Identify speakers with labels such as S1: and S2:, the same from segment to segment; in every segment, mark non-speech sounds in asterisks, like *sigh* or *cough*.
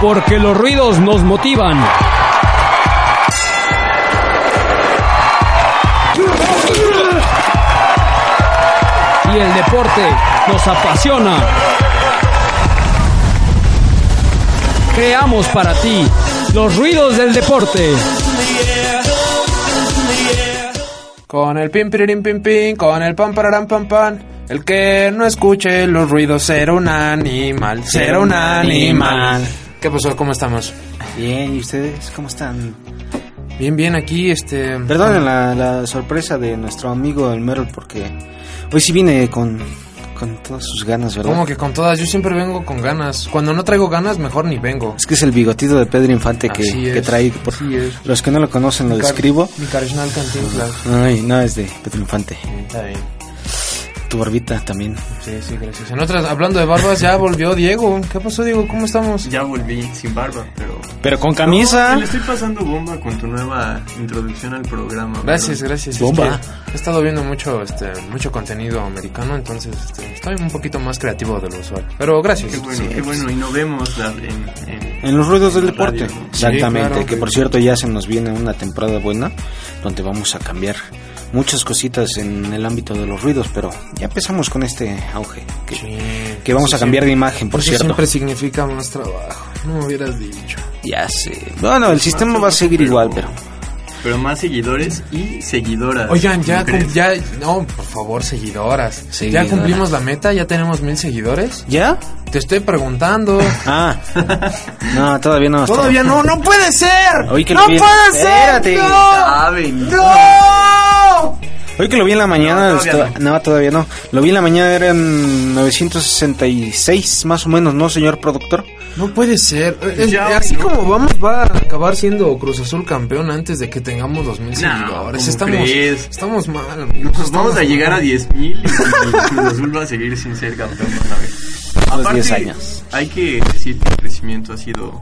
S1: porque los ruidos nos motivan. Y el deporte nos apasiona. Creamos para ti los ruidos del deporte.
S2: Con el pim piririm pim pim, con el pam pararán pam pan. El que no escuche los ruidos será un animal, será un animal. ¿Qué pasó? ¿Cómo estamos?
S3: Bien, ¿y ustedes cómo están?
S2: Bien, bien, aquí este...
S3: Perdonen la, la sorpresa de nuestro amigo el Merl porque hoy sí viene con, con todas sus ganas, ¿verdad?
S2: Como que con todas, yo siempre vengo con ganas. Cuando no traigo ganas, mejor ni vengo.
S3: Es que es el bigotito de Pedro Infante que,
S2: Así es,
S3: que trae. Por,
S2: así es.
S3: Los que no lo conocen lo
S2: Car-
S3: describo.
S2: Mi carnal Cantinflas.
S3: Ay, no, es de Pedro Infante.
S2: Está bien.
S3: Tu barbita también.
S2: Sí, sí, gracias. En otras, hablando de barbas, ya volvió Diego. ¿Qué pasó, Diego? ¿Cómo estamos?
S4: Ya volví sin barba, pero...
S3: Pero con camisa.
S2: Ah.
S4: No, le estoy pasando bomba con tu nueva introducción al programa.
S2: Gracias,
S4: ¿verdad?
S2: gracias. Es
S3: Bomba.
S2: que he estado viendo mucho, este, mucho contenido americano, entonces este, estoy un poquito más creativo de lo usual. Pero gracias.
S4: Qué bueno,
S2: Sí,
S4: qué bueno. Y nos vemos la- en, en-
S3: En los ruidos del
S4: en la radio,
S3: deporte.
S4: ¿no?
S3: Exactamente,
S2: claro.
S3: que por cierto ya se nos viene una temporada buena donde vamos a cambiar muchas cositas en el ámbito de los ruidos, pero ya empezamos con este auge. Que,
S2: Sí.
S3: que vamos
S2: Eso
S3: a cambiar de imagen, por
S2: Eso
S3: cierto.
S2: siempre significa más trabajo. No me hubieras dicho.
S3: Ya sé. Bueno, el sistema va a seguir
S4: Pero-
S3: igual, pero
S4: Pero más seguidores y seguidoras.
S2: Oigan, ya,
S4: ¿no crees?
S2: cum- ya, no, por favor, seguidoras.
S3: Seguidoras.
S2: Ya cumplimos la meta, ya tenemos mil seguidores.
S3: ¿ya?
S2: Te estoy
S3: *laughs*
S2: preguntando.
S3: Ah. No, todavía no. está-
S2: Todavía no, no puede ser.
S3: Oye, que
S2: no
S3: lo vi-
S2: puede ser.
S3: Espérate.
S2: No.
S4: Saben.
S2: ¡No!
S3: Hoy que lo vi en la mañana,
S4: No,
S3: no
S4: todavía
S3: todavía, no. todavía no. Lo vi en la mañana eran 966 más o menos, ¿no, señor productor?
S2: No puede ser. Eh,
S4: Pues
S2: eh,
S4: ya,
S2: así
S4: ¿no?
S2: como vamos, va a acabar siendo Cruz Azul campeón antes de que tengamos los mil seguidores.
S4: ¿cómo
S2: Estamos,
S4: crees?
S2: estamos mal.
S4: Nos
S2: amigos,
S4: vamos
S2: estamos
S4: a llegar a
S2: mal.
S4: 10.000 y Cruz Azul va a seguir sin ser campeón van a ver.
S3: los
S4: Aparte,
S3: 10 años.
S4: Hay que decir que el crecimiento ha sido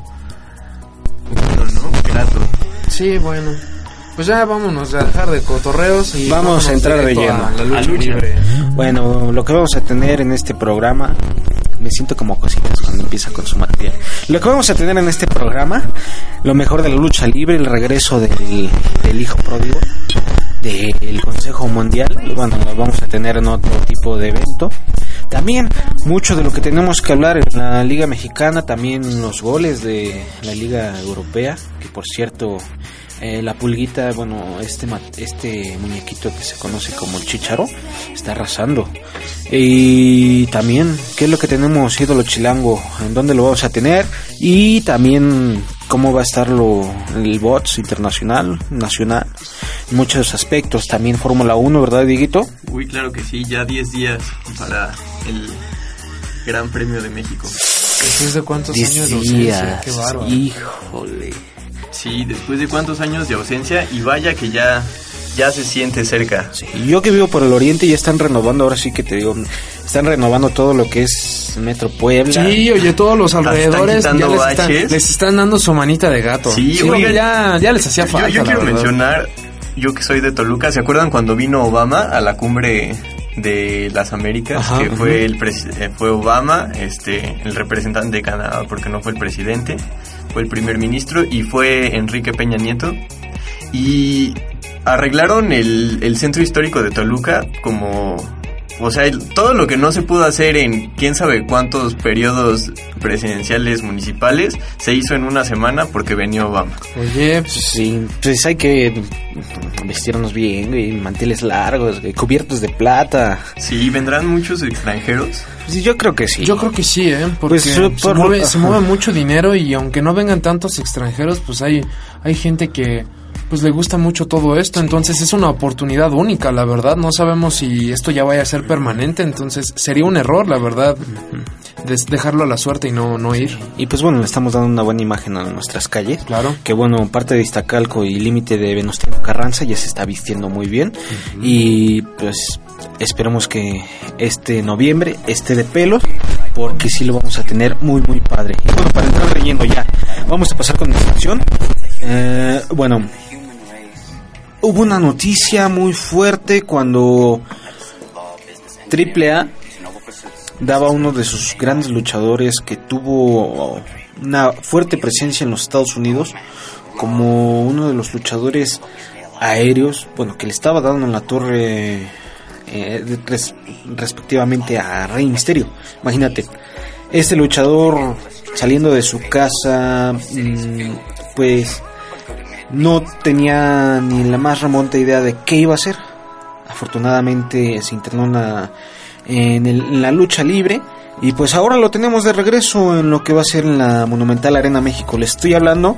S4: bueno, ¿no? Grato.
S2: Sí, bueno. Pues ya vámonos a dejar de cotorreos y
S3: Vamos a
S2: vámonos
S3: entrar de
S2: directo
S3: lleno.
S2: a la lucha,
S4: A lucha.
S2: libre.
S3: Bueno, lo que vamos a tener en este programa, me siento como cositas cuando empieza con su material. Lo que vamos a tener en este programa, lo mejor de la lucha libre, el regreso del, del hijo pródigo, del Consejo Mundial, bueno, lo vamos a tener en otro tipo de evento. También mucho de lo que tenemos que hablar en la Liga Mexicana, también los goles de la Liga Europea, que por cierto, eh, la pulguita, bueno, este, ma- este muñequito que se conoce como el chicharo, está arrasando. Y también, ¿qué es lo que tenemos, ídolo chilango? ¿En dónde lo vamos a tener? Y también, ¿cómo va a estar lo, el bots internacional, nacional? En muchos aspectos, también Fórmula 1, ¿verdad, Dieguito?
S4: Uy, claro que sí, ya 10 días para el Gran Premio de México.
S2: Después de cuántos años de ausencia,
S3: días.
S2: qué bárbaro.
S3: Híjole.
S4: Sí, después de cuántos años de ausencia y vaya que ya, ya se siente cerca.
S3: Sí, yo que vivo por el oriente ya están renovando, ahora sí que te digo, están renovando todo lo que es Metro Puebla.
S2: Sí, oye, todos los
S4: Están
S2: alrededores ya
S4: quitando
S2: les, están,
S4: baches.
S2: les están dando su manita de gato.
S4: Sí,
S2: creo
S4: oigan.
S2: que ya, ya les hacía
S4: Yo-
S2: falta.
S4: Yo,
S2: la
S4: quiero
S2: verdad.
S4: mencionar, yo que soy de Toluca, ¿se acuerdan cuando vino Obama a la cumbre de las Américas?
S2: Ajá,
S4: que
S2: ajá.
S4: fue, el presi- eh, fue Obama, este, el representante de Canadá, porque no fue el presidente, fue el primer ministro y fue Enrique Peña Nieto. Y arreglaron el, el centro histórico de Toluca como... O sea, el- todo lo que no se pudo hacer en quién sabe cuántos periodos presidenciales municipales se hizo en una semana porque venía Obama.
S2: Oye, pues,
S3: Sí, pues hay que vestirnos bien, güey, manteles largos, güey, cubiertos de plata.
S4: Sí, vendrán muchos extranjeros.
S3: Sí, yo creo que sí.
S2: Yo creo que sí, ¿eh? Porque
S3: Pues, eh,
S2: se,
S3: por-
S2: mueve, se
S3: ajá.
S2: mueve mucho dinero y aunque no vengan tantos extranjeros, pues hay, hay gente que pues le gusta mucho todo esto. Entonces es una oportunidad única, la verdad. No sabemos si esto ya vaya a ser permanente. Entonces sería un error, la verdad, des- dejarlo a la suerte y no, no ir.
S3: Y pues bueno, le estamos dando una buena imagen a nuestras calles. *laughs*
S2: Claro.
S3: Que bueno, parte de Iztacalco y límite de Venustiano Carranza ya se está vistiendo muy bien. Y pues esperemos que este noviembre esté de pelos, porque sí lo vamos a tener muy, muy padre. Y bueno, para entrar leyendo ya, vamos a pasar con la sección. Eh, bueno, hubo una noticia muy fuerte cuando AAA daba uno de sus grandes luchadores que tuvo oh, una fuerte presencia en los Estados Unidos como uno de los luchadores aéreos, bueno, que le estaba dando en la torre eh, res- respectivamente a Rey Misterio. Imagínate, este luchador saliendo de su casa, mm, pues no tenía ni la más remota idea de qué iba a hacer. Afortunadamente se internó en la, en el- en la lucha libre. Y pues ahora lo tenemos de regreso en lo que va a ser en la Monumental Arena México. Le estoy hablando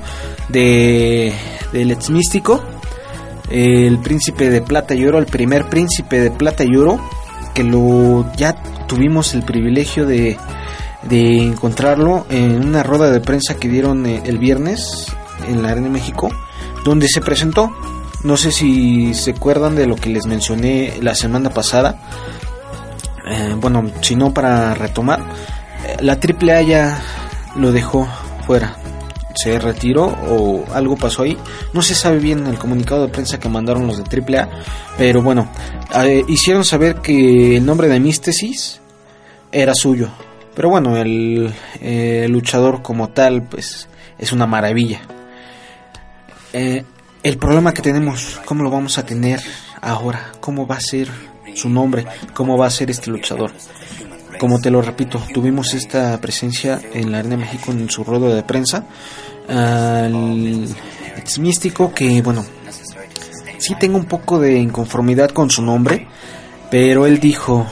S3: de del ex místico, el príncipe de plata y oro, el primer príncipe de plata y oro, que lo ya tuvimos el privilegio de, de encontrarlo en una rueda de prensa que dieron eh, el viernes en la Arena México, donde se presentó. No sé si se acuerdan de lo que les mencioné la semana pasada. Eh, bueno, si no para retomar, eh, la AAA ya lo dejó fuera. Se retiró o algo pasó ahí. No se sabe bien el comunicado de prensa que mandaron los de AAA. Pero bueno, eh, hicieron saber que el nombre de Místesis era suyo. Pero bueno, el eh, luchador como tal, pues es una maravilla. Eh, el problema que tenemos, ¿cómo lo vamos a tener ahora? ¿Cómo va a ser su nombre? ¿Cómo va a ser este luchador? Como te lo repito, tuvimos esta presencia en la Arena México en su rueda de prensa. Al ex místico que, bueno, sí tengo un poco de inconformidad con su nombre, pero él dijo,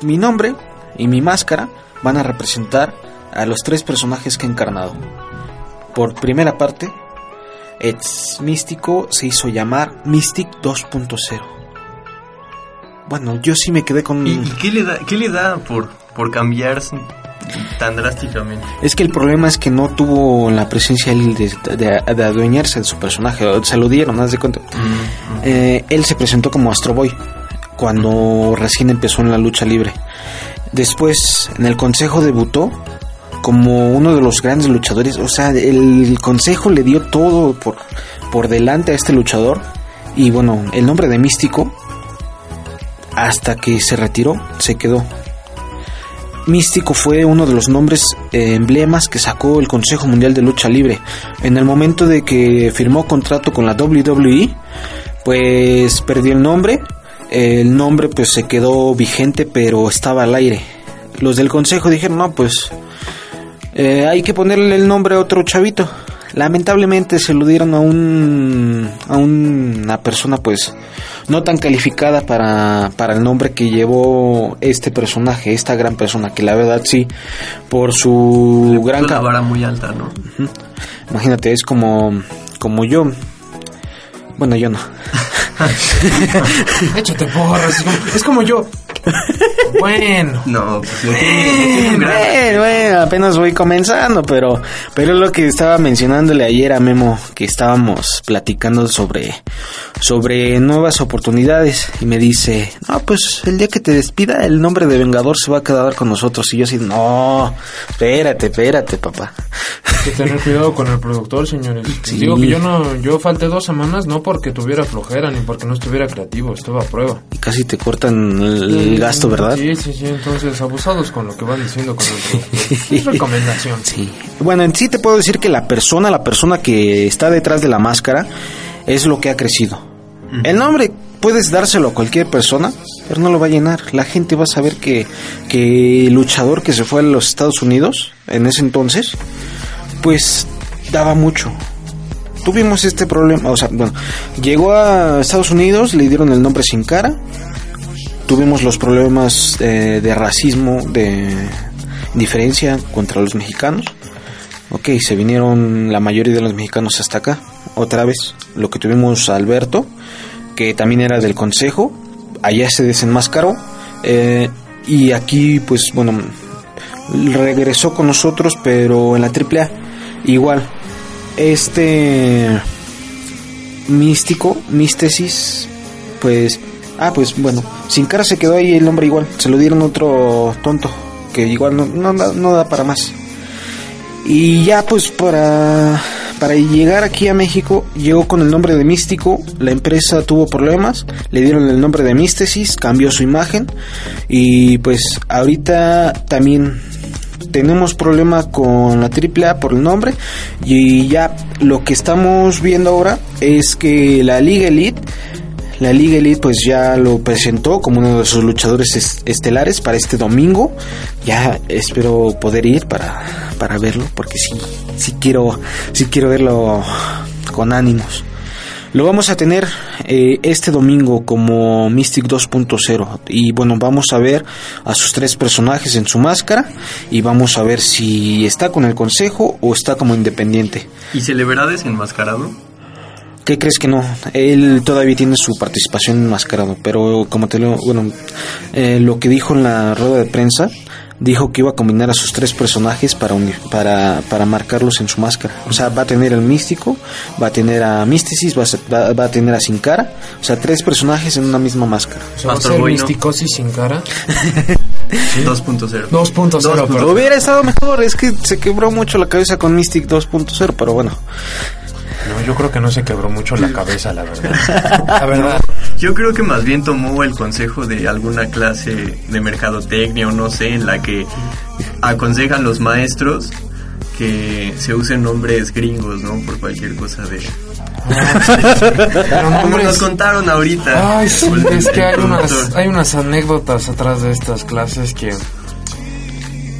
S3: mi nombre y mi máscara van a representar a los tres personajes que he encarnado. Por primera parte, Ex Místico se hizo llamar Mystic 2.0. Bueno, yo sí me quedé con...
S4: ¿Y, y qué le da, qué le da por, por cambiar tan drásticamente?
S3: Es que el problema es que no tuvo la presencia él de, de- de adueñarse de su personaje. o Se lo dieron, haz de cuenta. Eh, él se presentó como Astro Boy cuando recién empezó en la lucha libre. Después, en el consejo debutó como uno de los grandes luchadores. O sea, el consejo le dio todo por, por delante a este luchador. Y bueno, el nombre de Místico, hasta que se retiró, se quedó. Místico fue uno de los nombres eh, emblemas que sacó el Consejo Mundial de Lucha Libre. En el momento de que firmó contrato con la E, WWE, pues perdió el nombre. El nombre pues se quedó vigente pero estaba al aire. Los del Consejo dijeron, no, pues eh, hay que ponerle el nombre a otro chavito. Lamentablemente se lo dieron a un a una persona pues no tan calificada para, para el nombre que llevó este personaje, esta gran persona que la verdad sí por su gran
S4: Una
S3: ca-
S4: vara muy alta, ¿no?
S3: Imagínate, es como como yo. Bueno, yo no.
S2: Échate porras. Es como, es como yo. Bueno.
S4: No, pues lo *laughs* tiene- lo tiene un gran-
S3: Bueno, bueno, apenas voy comenzando, pero, pero es lo que estaba mencionándole ayer a Memo, que estábamos platicando sobre, sobre nuevas oportunidades, y me dice, no, pues el día que te despida, el nombre de Vengador se va a quedar con nosotros, y yo así, no, espérate, espérate, papá.
S2: Hay que tener cuidado con el productor, señores.
S3: Sí.
S2: Digo que yo no, yo falté dos semanas no porque tuviera flojera ni porque no estuviera creativo, estuve a prueba.
S3: Y casi te cortan el, el gasto, ¿verdad?
S2: Sí, sí, sí, entonces abusados con lo que van diciendo con el productor. Es recomendación.
S3: Sí. Bueno, en sí te puedo decir que la persona, la persona que está detrás de la máscara, es lo que ha crecido. El nombre puedes dárselo a cualquier persona, pero no lo va a llenar. La gente va a saber que, que el luchador que se fue a los Estados Unidos en ese entonces, pues daba mucho. Tuvimos este problema, o sea, bueno, llegó a Estados Unidos, le dieron el nombre sin cara, tuvimos los problemas eh, de racismo, de diferencia contra los mexicanos. Ok, se vinieron la mayoría de los mexicanos hasta acá. Otra vez, lo que tuvimos a Alberto, que también era del Consejo, allá se desenmascaró. eh, y aquí, pues bueno, regresó con nosotros, pero en la AAA. Igual, este místico, místesis, pues, ah, pues bueno, sin cara se quedó ahí el nombre igual, se lo dieron otro tonto, que igual no, no, da- no da para más. Y ya pues para, para llegar aquí a México, llegó con el nombre de Místico, la empresa tuvo problemas, le dieron el nombre de Místesis, cambió su imagen y pues ahorita también tenemos problemas con la AAA por el nombre y ya lo que estamos viendo ahora es que la Liga Elite la Liga Elite pues ya lo presentó como uno de sus luchadores es- estelares para este domingo. Ya espero poder ir para, para verlo porque sí, sí quiero, sí quiero verlo con ánimos. Lo vamos a tener eh, este domingo como Mystic 2.0 y bueno, vamos a ver a sus tres personajes en su máscara y vamos a ver si está con el consejo o está como independiente.
S4: ¿Y se le verá desenmascarado?
S3: ¿Qué crees que no? Él todavía tiene su participación enmascarado, pero como te lo... Bueno, eh, lo que dijo en la rueda de prensa, dijo que iba a combinar a sus tres personajes para, unir- para, para marcarlos en su máscara. O sea, va a tener el místico, va a tener a Místicis, va a, ser- va, va a tener a Sin Cara. O sea, tres personajes en una misma máscara.
S2: O sea, va a
S4: Astro
S2: ser
S4: Boy, ¿no?
S2: misticosis sin cara.
S4: 2.0.
S2: 2.0,
S3: Pero
S2: perdón.
S3: hubiera estado mejor, es que se quebró mucho la cabeza con Mystic 2.0, pero bueno.
S5: No, yo creo que no se quebró mucho la cabeza, la verdad.
S2: La verdad.
S4: Yo creo que más bien tomó el consejo de alguna clase de mercadotecnia o no sé, en la que aconsejan los maestros que se usen nombres gringos, ¿no? Por cualquier cosa de... *laughs*
S2: Pero no,
S4: Como
S2: hombre,
S4: nos
S2: es-
S4: contaron ahorita.
S2: Ay, sí,
S4: Pues,
S2: es
S4: el
S2: que hay unas,
S4: productor.
S2: hay unas anécdotas atrás de estas clases que,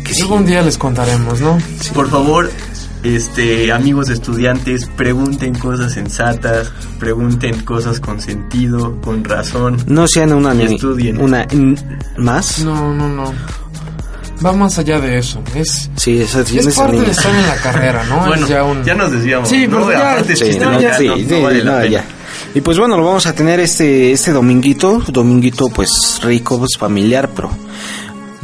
S2: que algún día les contaremos, ¿no?
S4: Por favor, este, amigos estudiantes, pregunten cosas sensatas, pregunten cosas con sentido, con razón.
S3: No sean una... ni-
S4: Estudien.
S3: Una... n- ¿Más?
S2: No, no, no. Va más allá de eso. Es,
S3: Sí, esa
S2: es
S3: esa
S2: parte
S3: niña.
S2: de estar en la carrera,
S4: *laughs*
S2: ¿no?
S4: bueno,
S2: es ya un...
S4: nos desviamos.
S2: Sí,
S4: ¿no?
S2: pero ya-
S4: Aparte es
S2: sí,
S4: chiste
S2: no,
S4: local,
S2: ya,
S3: sí,
S4: no- no
S3: sí,
S4: vale la
S3: no,
S4: pena.
S3: ya. Y pues bueno, lo vamos a tener este, este dominguito, dominguito pues rico, pues familiar, pero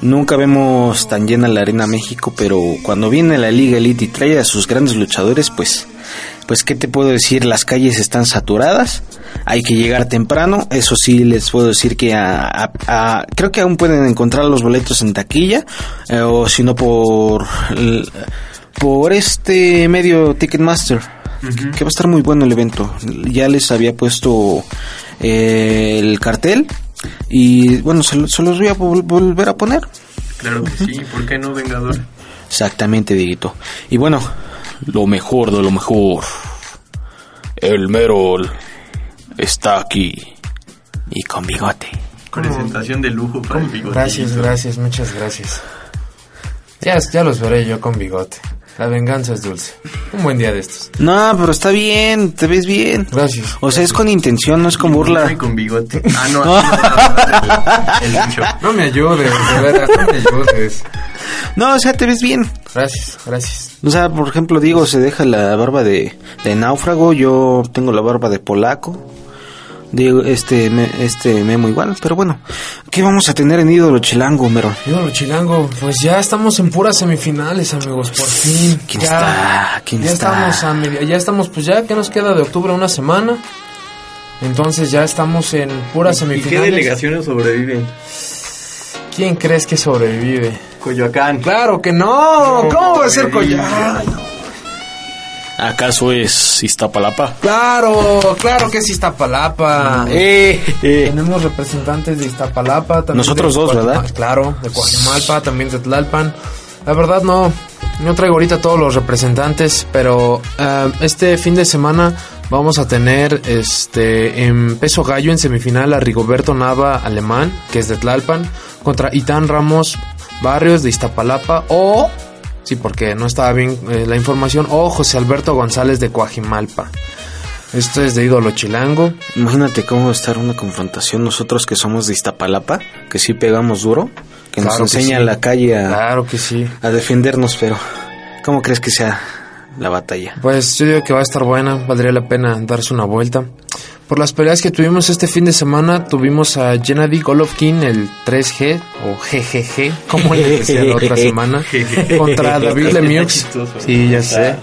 S3: nunca vemos tan llena la arena México, pero cuando viene la Liga Elite y trae a sus grandes luchadores, pues, pues qué te puedo decir, las calles están saturadas, hay que llegar temprano, eso sí les puedo decir que a- a- a- creo que aún pueden encontrar los boletos en taquilla, eh, o si no por, l- por este medio Ticketmaster que va a estar muy bueno el evento. Ya les había puesto eh, el cartel y bueno, se, lo- se los voy a vol- volver a poner.
S4: Claro que sí, ¿por qué no Vengador?
S3: Exactamente, Dieguito. Y bueno, lo mejor de lo mejor. El Merol está aquí. Y con bigote.
S4: Presentación de lujo para el bigotito.
S2: Gracias, gracias, muchas gracias. Ya, ya los veré yo con bigote. La venganza es dulce. Un buen día de estos.
S3: No, pero está bien, te ves bien.
S2: Gracias.
S3: O sea, es con intención, no es con
S4: Y
S3: burla.
S4: con bigote. Ah, no,
S2: *laughs*
S4: así no, no, no, el, el bicho.
S2: No me ayudes, de verdad, no me ayudes.
S3: No, o sea, te ves bien.
S2: Gracias, gracias.
S3: O sea, por ejemplo, Diego se deja la barba de, de náufrago, yo tengo la barba de polaco. Diego, este, me- este Memo igual, pero bueno, ¿qué vamos a tener en ídolo chilango, Mero?
S2: Ídolo Chilango, pues ya estamos en puras semifinales, amigos, por fin.
S3: ¿Quién
S2: ya,
S3: está? ¿Quién
S2: ya
S3: está?
S2: estamos a media- ya estamos, pues ya que nos queda de octubre una semana. Entonces ya estamos en puras
S4: ¿Y qué
S2: semifinales.
S4: delegaciones sobreviven?
S2: ¿Quién crees que sobrevive?
S4: Coyoacán.
S2: Claro que no. ¿Cómo va a ser Coyoacán?
S6: ¿Acaso es Iztapalapa?
S2: Claro, claro que es Iztapalapa. Tenemos representantes de Iztapalapa. También
S3: Nosotros
S2: de
S3: dos,
S2: Coatima-
S3: ¿verdad?
S2: Claro, de Coajimalpa, también de Tlalpan. La verdad no, no traigo ahorita todos los representantes, pero ah, este fin de semana vamos a tener este en peso gallo en semifinal a Rigoberto Nava Alemán, que es de Tlalpan, contra Itán Ramos Barrios de Iztapalapa o... Sí, porque no estaba bien eh, la información. O José Alberto González de Coajimalpa. Esto es de ídolo chilango.
S3: Imagínate cómo va a estar una confrontación nosotros que somos de Iztapalapa, que sí pegamos duro, que
S2: Claro
S3: nos
S2: que
S3: enseña
S2: sí. Ah.
S3: la calle a,
S2: Claro que sí.
S3: a defendernos, pero ¿cómo crees que sea la batalla?
S2: Pues yo digo que va a estar buena, valdría la pena darse una vuelta. Por las peleas que tuvimos este fin de semana, tuvimos a Gennady Golovkin, el 3G o GGG, *laughs* como le decía la otra semana, contra David Lemieux. Sí, ya sé.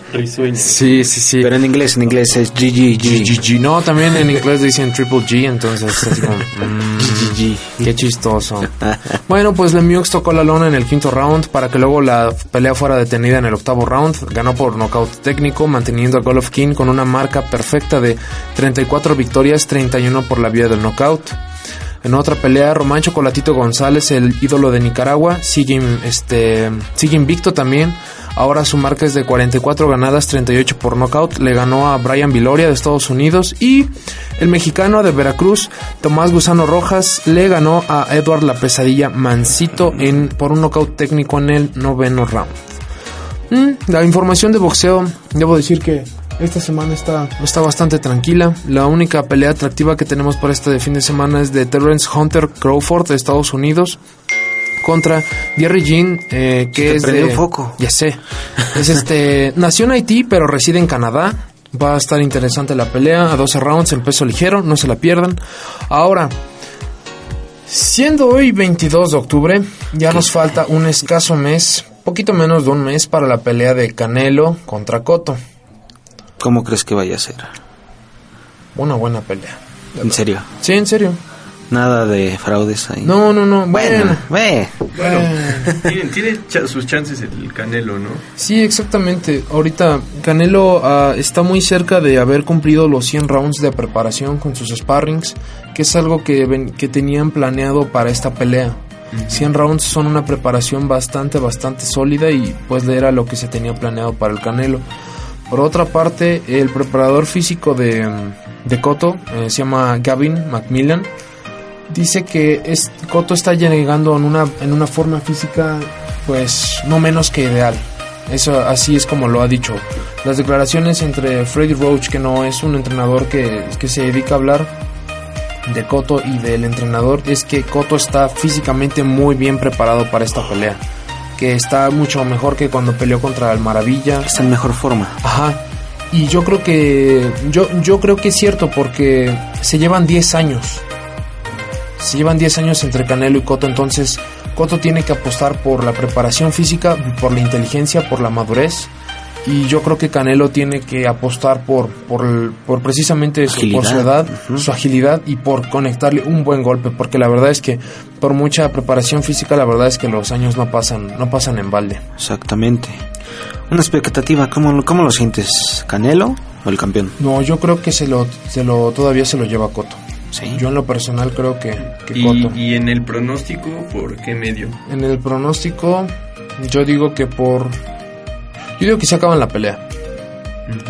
S2: Sí, sí, sí.
S3: Pero en inglés, en inglés es GGG.
S2: GGG. No, también en inglés dicen triple G, entonces es como, *laughs* mm,
S3: GGG.
S2: Qué chistoso. Bueno, pues Lemieux tocó la lona en el quinto round para que luego la pelea fuera detenida en el octavo round. Ganó por nocaut técnico, manteniendo a Golovkin con una marca perfecta de 34 victorias, 31 por la vía del knockout. En otra pelea, Román Chocolatito González, el ídolo de Nicaragua, sigue, in- este, sigue invicto también. Ahora su marca es de 44 ganadas, 38 por nocaut. Le ganó a Brian Viloria de Estados Unidos. Y el mexicano de Veracruz, Tomás Gusano Rojas, le ganó a Edward La Pesadilla Mancito en, por un nocaut técnico en el noveno round. Mm, la información de boxeo, debo decir que esta semana está, está bastante tranquila. La única pelea atractiva que tenemos para este fin de semana es de Terrence Hunter Crawford de Estados Unidos contra Jerry Jean, eh, que
S3: Se te
S2: es
S3: prendió
S2: de...
S3: un foco.
S2: Ya sé. Es este... *laughs* nació en Haití, pero reside en Canadá. Va a estar interesante la pelea, a 12 rounds, en peso ligero, no se la pierdan. Ahora, Siendo hoy 22 de octubre, ya nos falta un escaso mes, poquito menos de un mes para la pelea de Canelo contra Cotto.
S3: ¿Cómo crees que vaya a ser?
S2: Una buena pelea.
S3: En serio.
S2: Sí, en serio.
S3: Nada de fraudes ahí.
S2: No, no, no. Bueno.
S3: Bueno, ve.
S4: Bueno,
S2: Eh.
S4: tiene, tiene cha- sus chances el Canelo, ¿no?
S2: Sí, exactamente. Ahorita Canelo ah, está muy cerca de haber cumplido los 100 rounds de preparación con sus sparrings, que es algo que, ven- que tenían planeado para esta pelea. 100 rounds son una preparación bastante, bastante sólida y pues era lo que se tenía planeado para el Canelo. Por otra parte, el preparador físico de, de Cotto eh, se llama Gavin Macmillan. Dice que es, Cotto está llegando en una, en una forma física, pues no menos que ideal. Eso así es como lo ha dicho. Las declaraciones entre Freddy Roach, que no es un entrenador que, que se dedica a hablar de Cotto y del entrenador, es que Cotto está físicamente muy bien preparado para esta pelea. Que está mucho mejor que cuando peleó contra el Maravilla.
S3: Está en mejor forma.
S2: Ajá. Y yo creo que yo, yo creo que es cierto porque se llevan 10 años. Se llevan 10 años entre Canelo y Cotto, entonces Cotto tiene que apostar por la preparación física, por la inteligencia, por la madurez. Y yo creo que Canelo tiene que apostar por, por, el- por precisamente eso, por su edad,
S3: Agilidad.
S2: su agilidad y por conectarle un buen golpe, porque la verdad es que por mucha preparación física, la verdad es que los años no pasan, no pasan en balde.
S3: Exactamente. Una expectativa, ¿cómo, lo- cómo lo sientes? ¿Canelo o el campeón?
S2: No, yo creo que se lo, se lo todavía se lo lleva Coto.
S3: Sí.
S2: Yo en lo personal creo que, que
S4: Y,
S2: Coto.
S4: y en el pronóstico, ¿por qué medio?
S2: En el pronóstico, yo digo que por. Yo digo que se acaban la pelea.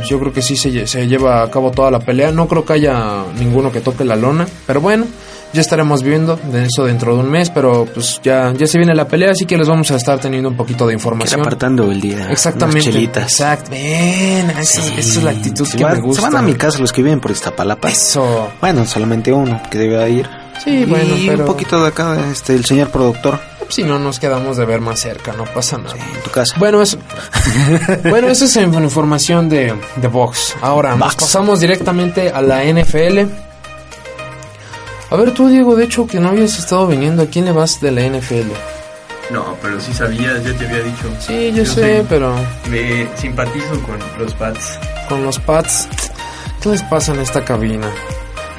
S2: Yo creo que sí se, lle- se lleva a cabo toda la pelea. No creo que haya ninguno que toque la lona. Pero bueno, ya estaremos viendo de eso dentro de un mes. Pero pues ya, ya se viene la pelea, así que les vamos a estar teniendo un poquito de
S3: Que era
S2: información.
S3: apartando el día.
S2: Exactamente.
S3: unas chelitas.
S2: Exacto. Ven, esa,
S3: Sí.
S2: esa es la actitud
S3: Se
S2: que
S3: van-
S2: me gusta.
S3: Se van a mi casa los que viven por Iztapalapa.
S2: Eso.
S3: Bueno, solamente uno que debe ir.
S2: Sí,
S3: y
S2: bueno, pero-
S3: un poquito de acá, este, el señor productor
S2: Si no, nos quedamos de ver más cerca, no pasa nada.
S3: en tu casa.
S2: Bueno, eso, *laughs* bueno, eso es en- información de, de Vox. Ahora, nos
S3: Vox.
S2: pasamos directamente a la NFL. A ver, tú, Diego, de hecho, que no habías estado viniendo, ¿a quién le vas de la NFL?
S4: No, pero sí sabías, ya te había dicho.
S2: Sí, yo, sé, pero
S4: Me simpatizo con los Pats.
S2: con los Pats, ¿qué les pasa en esta cabina?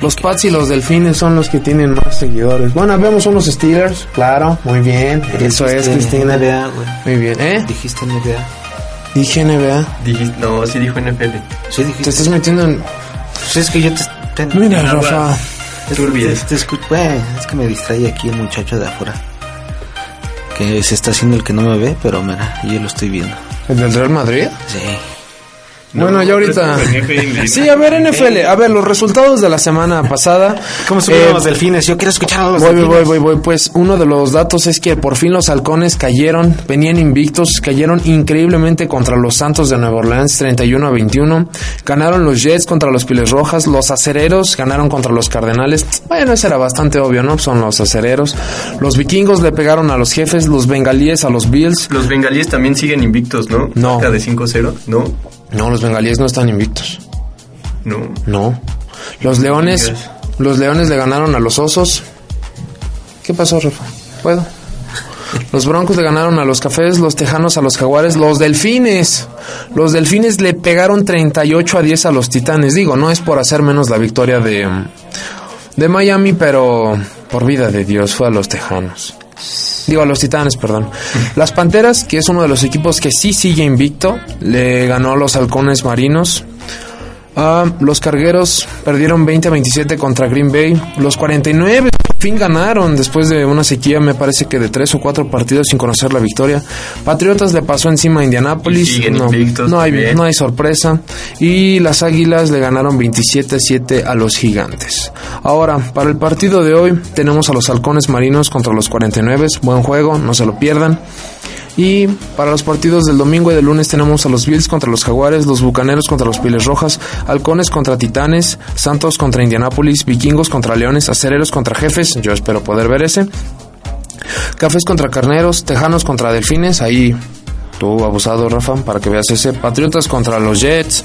S2: Los Pats y los Delfines son los que tienen más seguidores. Bueno, vemos unos Steelers, claro, muy bien. Eso es, este, Cristina.
S3: NBA, güey.
S2: Muy bien, ¿eh?
S3: Dijiste NBA.
S2: Dije NBA.
S4: Dijiste, no, sí dijo NFL.
S3: Sí,
S2: Te
S3: dijiste.
S2: estás metiendo en...
S3: Pues es que yo te. te-
S2: Mira,
S4: Nada.
S2: Rafa.
S3: te-
S4: Turbias.
S3: te escu- güey, es que me distrae aquí el muchacho de afuera. Que se está haciendo el que no me ve, pero mira, yo lo estoy viendo.
S2: ¿El del Real Madrid?
S3: Sí.
S2: bueno, ya ahorita. Sí, a ver, NFL. A ver, los resultados de la semana pasada.
S3: ¿Cómo estuvieron
S2: Eh,
S3: los delfines? Yo quiero escuchar a los
S2: Voy, voy,
S3: delfines.
S2: voy, voy, voy. Pues uno de los datos es que por fin los halcones cayeron, venían invictos, cayeron increíblemente contra los Santos de Nueva Orleans, 31 a 21. Ganaron los Jets contra los Piles Rojas, los Acereros ganaron contra los Cardenales. Bueno, eso era bastante obvio, ¿no? Son los Acereros. Los Vikingos le pegaron a los Jefes, los Bengalíes a los Bills.
S4: Los bengalíes también siguen invictos, ¿no?
S2: No.
S4: Marca de 5-0. No,
S2: No, los Bengalíes no están invictos.
S4: no.
S2: No. Los leones,
S4: Yes.
S2: los leones le ganaron a los osos. ¿Qué pasó, Rafa? ¿Puedo? Los broncos le ganaron a los cafés, los tejanos a los jaguares, los delfines. Los delfines le pegaron 38 a 10 a los titanes. Digo, no es por hacer menos la victoria de, de Miami, pero por vida de Dios fue a los tejanos. Digo, a los Titanes, perdón. Las Panteras, que es uno de los equipos que sí sigue invicto, le ganó a los Halcones Marinos. Ah, los Cargueros perdieron 20 a 27 contra Green Bay. Los 49 fin ganaron después de una sequía, me parece que de tres o cuatro partidos sin conocer la victoria. Patriotas le pasó encima a
S4: Y
S2: Indianápolis.
S4: siguen
S2: No,
S4: invictos
S2: no hay,
S4: también.
S2: no hay sorpresa. Y las Águilas le ganaron 27-7 a los Gigantes. Ahora, para el partido de hoy, tenemos a los Halcones Marinos contra los 49. Buen juego, no se lo pierdan. Y para los partidos del domingo y del lunes tenemos a los Bills contra los Jaguares, los Bucaneros contra los Pieles Rojas, Halcones contra Titanes, Santos contra Indianápolis, Vikingos contra Leones, Acereros contra Jefes, yo espero poder ver ese, Cafés contra Carneros, Tejanos contra Delfines, ahí tú abusado Rafa para que veas ese, Patriotas contra los Jets,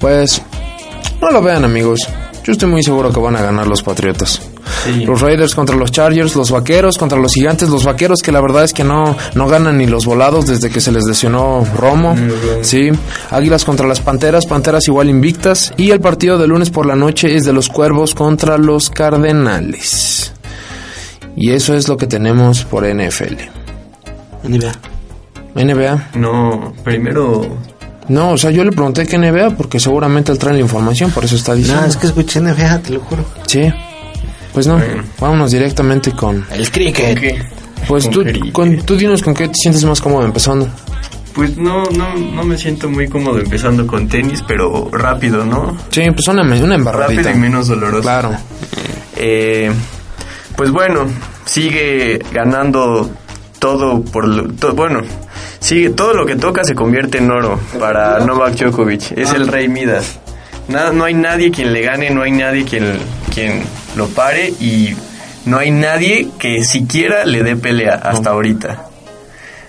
S2: pues no lo vean amigos, yo estoy muy seguro que van a ganar los Patriotas.
S4: Sí.
S2: Los Raiders contra los Chargers, los Vaqueros contra los Gigantes, los Vaqueros que la verdad es que no, no ganan ni los volados desde que se les lesionó Romo. Sí, Águilas contra las Panteras, Panteras igual invictas. Y el partido de lunes por la noche es de los Cuervos contra los Cardenales. Y eso es lo que tenemos por NFL.
S3: NBA.
S2: NBA.
S4: No, primero.
S2: No, o sea, yo le pregunté que NBA porque seguramente él trae la información, por eso está diciendo.
S3: No, es que escuché NBA, te lo juro.
S2: Sí. Pues no,
S4: Bueno.
S2: vámonos directamente con...
S3: El cricket.
S2: Pues
S4: Con
S2: tú,
S4: Jerry.
S2: con- tú dinos con qué te sientes más cómodo empezando.
S4: Pues no, no, no me siento muy cómodo empezando con tenis, pero rápido, ¿no?
S2: Sí, pues una, una embarradita.
S4: Rápido y menos doloroso.
S2: Claro.
S4: Eh, pues bueno, sigue ganando todo por lo, to- bueno, sigue todo lo que toca se convierte en oro para Novak Djokovic, es el rey Midas. Na- no hay nadie quien le gane, no hay nadie quien quien lo pare y no hay nadie que siquiera le dé pelea hasta ahorita.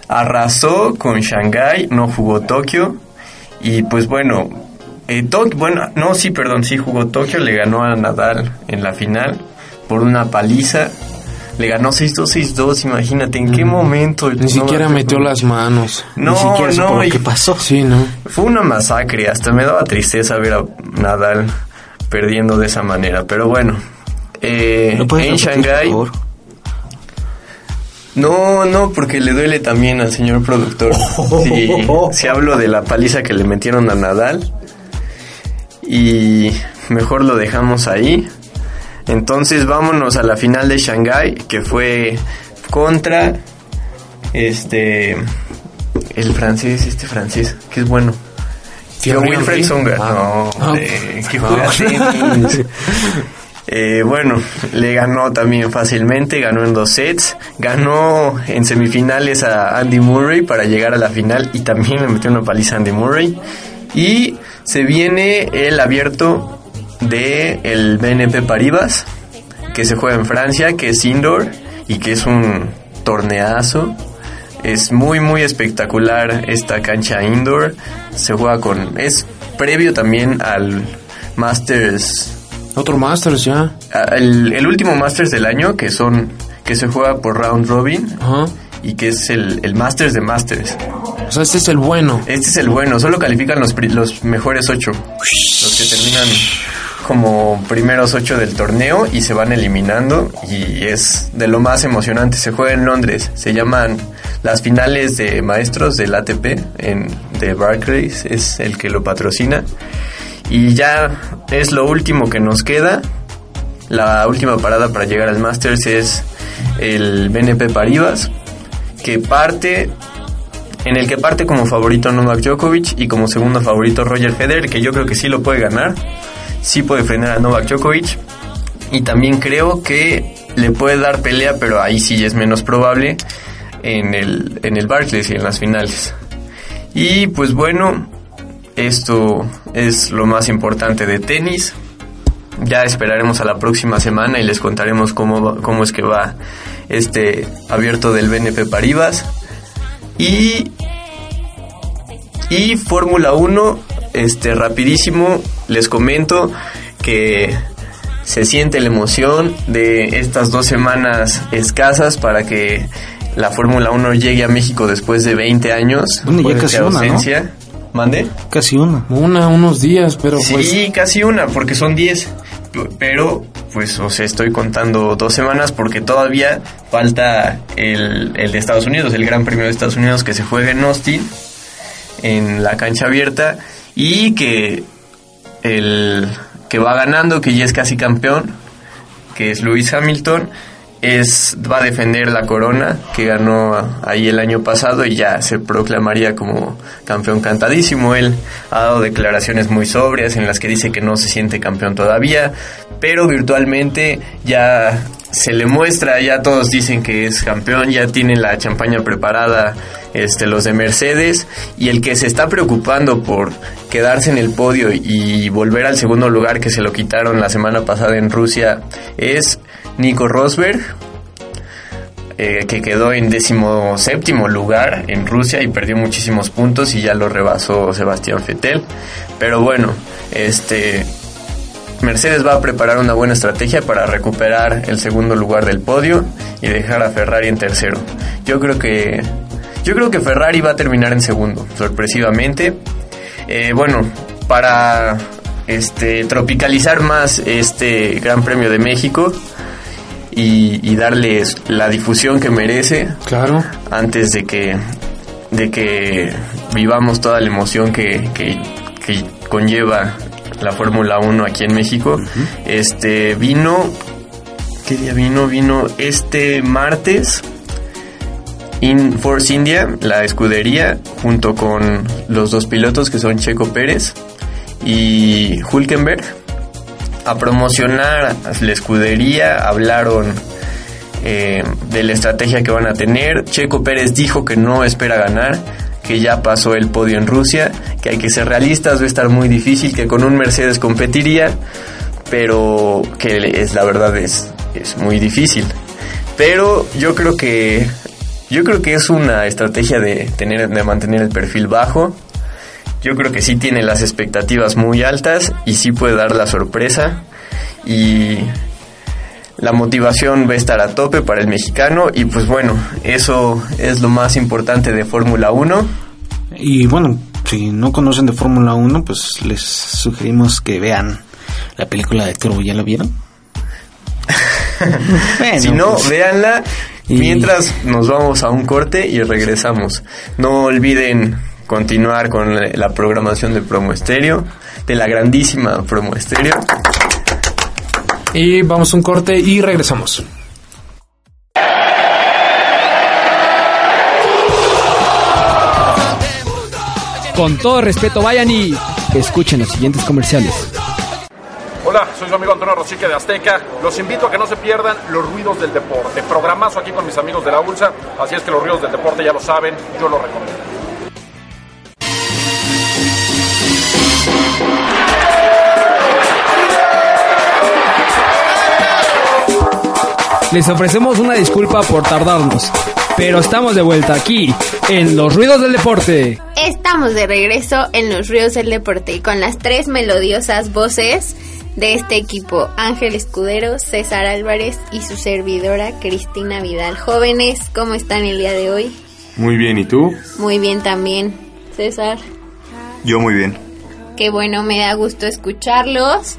S4: Arrasó con Shanghái, no jugó Tokio y pues bueno, eh, Tok- bueno, no, sí, perdón, sí jugó Tokio, le ganó a Nadal en la final por una paliza. Le ganó 6-2, 6-2, imagínate en qué momento.
S2: Ni siquiera metió las manos.
S4: No,
S3: Ni siquiera supo
S4: no,
S3: lo
S4: y-
S3: que pasó.
S2: Sí, ¿no?
S4: Fue una masacre, hasta me daba tristeza ver a Nadal perdiendo de esa manera. Pero bueno, eh,
S3: ¿Lo puedes
S4: en
S3: repetir,
S4: Shanghái...
S3: por favor?
S4: No, no, porque le duele también al señor
S2: *laughs*
S4: productor. Si hablo de la paliza que le metieron a Nadal. Y mejor lo dejamos ahí. Entonces vámonos a la final de Shanghái, que fue contra este el francés, este francés, que es bueno. Pero
S2: Henry.
S4: Wilfred Songa.
S2: Ah.
S4: No, hombre, que juega
S2: *laughs*
S4: tenis. Eh, bueno, le ganó también fácilmente, ganó en dos sets, ganó en semifinales a Andy Murray para llegar a la final y también le metió una paliza a Andy Murray. Y se viene el abierto de el BNP Paribas, que se juega en Francia, que es indoor y que es un torneazo. Es muy muy espectacular esta cancha indoor. Se juega con es previo también al Masters
S2: Otro Masters ya.
S4: Ah, el, el último Masters del año que son que se juega por round robin
S2: Ajá.
S4: y que es el, el Masters de Masters.
S2: O sea, este es el bueno.
S4: Este es el bueno, solo califican los, pri- los mejores ocho, los que terminan como primeros ocho del torneo y se van eliminando y es de lo más emocionante. Se juega en Londres, se llaman las finales de maestros del ATP en, de Barclays, es el que lo patrocina y ya es lo último que nos queda. La última parada para llegar al Masters es el BNP Paribas, que parte en el que parte como favorito Novak Djokovic y como segundo favorito Roger Federer, que yo creo que sí lo puede ganar, sí puede frenar a Novak Djokovic y también creo que le puede dar pelea, pero ahí sí es menos probable en el en el Barclays y en las finales. Y pues bueno, esto es lo más importante de tenis. Ya esperaremos a la próxima semana y les contaremos cómo, va- cómo es que va este abierto del BNP Paribas. Y, y Fórmula 1, este, rapidísimo, les comento que se siente la emoción de estas dos semanas escasas para que la Fórmula 1 llegue a México después de 20 años.
S3: Bueno, ya
S4: después
S3: casi
S4: de
S3: una, ¿no?
S4: ausencia. ¿Mande?
S3: Casi uno.
S2: Una, unos días, pero pues.
S4: Sí, casi una, porque son 10. P- Pero, pues, o sea, estoy contando dos semanas porque todavía falta el, el de Estados Unidos, el Gran Premio de Estados Unidos que se juega en Austin, en la cancha abierta, y que el que va ganando, que ya es casi campeón, que es Lewis Hamilton, es va a defender la corona que ganó ahí el año pasado y ya se proclamaría como campeón cantadísimo. Él ha dado declaraciones muy sobrias en las que dice que no se siente campeón todavía, pero virtualmente ya se le muestra, ya todos dicen que es campeón, ya tiene la champaña preparada este, los de Mercedes y el que se está preocupando por quedarse en el podio y volver al segundo lugar que se lo quitaron la semana pasada en Rusia es Nico Rosberg, eh, que quedó en décimo séptimo lugar en Rusia y perdió muchísimos puntos y ya lo rebasó Sebastián Fettel. Pero bueno, este Mercedes va a preparar una buena estrategia para recuperar el segundo lugar del podio y dejar a Ferrari en tercero. Yo creo que yo creo que Ferrari va a terminar en segundo, sorpresivamente. Eh, bueno, para este tropicalizar más este Gran Premio de México y, y darles la difusión que merece
S2: Claro.
S4: antes de que de que vivamos toda la emoción que, que- que conlleva la Fórmula 1 aquí en México. Este vino ¿qué día vino? Vino este martes In Force India, la escudería, junto con los dos pilotos que son Checo Pérez y Hulkenberg, a promocionar la escudería, hablaron eh, de la estrategia que van a tener. Checo Pérez dijo que no espera ganar, que ya pasó el podio en Rusia, que hay que ser realistas, va a estar muy difícil, que con un Mercedes competiría, pero que es la verdad es, es muy difícil. Pero yo creo que yo creo que es una estrategia de tener de mantener el perfil bajo. Yo creo que sí tiene las expectativas muy altas y sí puede dar la sorpresa y la motivación va a estar a tope para el mexicano y pues bueno, eso es lo más importante de Fórmula 1.
S3: Y bueno, si no conocen de Fórmula 1, pues les sugerimos que vean la película de Turbo. ¿Ya la *laughs* vieron? Bueno,
S4: si no,
S3: pues,
S4: véanla
S3: y-
S4: mientras nos vamos a un corte y regresamos. No olviden continuar con la- la programación de Promo Estéreo, de la grandísima Promo Estéreo.
S2: Y vamos a un corte y regresamos.
S1: Con todo respeto, vayan y escuchen los siguientes comerciales.
S6: Hola, soy su amigo Antonio Rosique de Azteca. Los invito a que no se pierdan los ruidos del deporte. Programazo aquí con mis amigos de la ULSA. Así es que los ruidos del deporte ya lo saben, yo lo recomiendo.
S1: Les ofrecemos una disculpa por tardarnos, pero estamos de vuelta aquí en Los Ruidos del Deporte.
S7: Estamos de regreso en los ríos del deporte con las tres melodiosas voces de este equipo, Ángel Escudero, César Álvarez y su servidora Cristina Vidal. Jóvenes, ¿cómo están el día de hoy?
S8: Muy bien, ¿y tú?
S7: Muy bien también, César.
S8: Yo muy bien.
S7: Qué bueno, me da gusto escucharlos.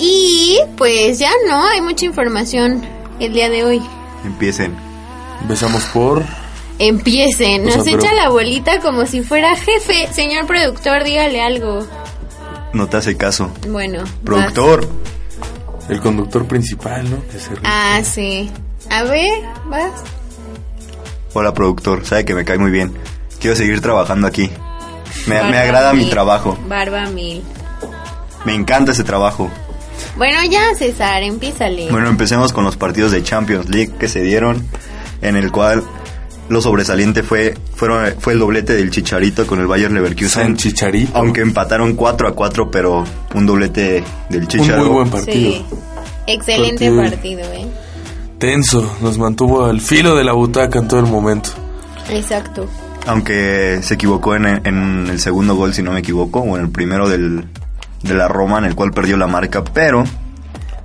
S7: Y pues ya no, hay mucha información el día de hoy.
S8: Empiecen.
S5: Empezamos por...
S7: Empiecen,
S8: O
S7: nos
S8: sea, pero-
S7: echa la abuelita como si fuera jefe. Señor productor, dígale algo.
S8: No te hace caso.
S7: Bueno, vas.
S8: Productor.
S5: El conductor principal, ¿no? Que se ríe.
S7: Ah, sí. A ver, vas.
S8: Hola, productor. Sabe que me cae muy bien. Quiero seguir trabajando aquí. Me, me
S7: Barba
S8: agrada mi
S7: mil.
S8: trabajo.
S7: Barba mil.
S8: Me encanta ese trabajo.
S7: Bueno, ya, César, empiézale.
S8: Bueno, empecemos con los partidos de Champions League que se dieron, en el cual lo sobresaliente fue, fueron, fue el doblete del Chicharito con el Bayern Leverkusen.
S5: San Chicharito.
S8: Aunque empataron 4 a 4, pero un doblete del
S5: Un
S8: Chicharito.
S5: muy buen partido.
S7: Sí. Excelente partido,
S5: Partido.
S7: ¿eh?
S5: Tenso, nos mantuvo al filo de la butaca en todo el momento.
S7: Exacto.
S8: Aunque se equivocó en, en el segundo gol, si no me equivoco, o en el primero del, de la Roma, en el cual perdió la marca, pero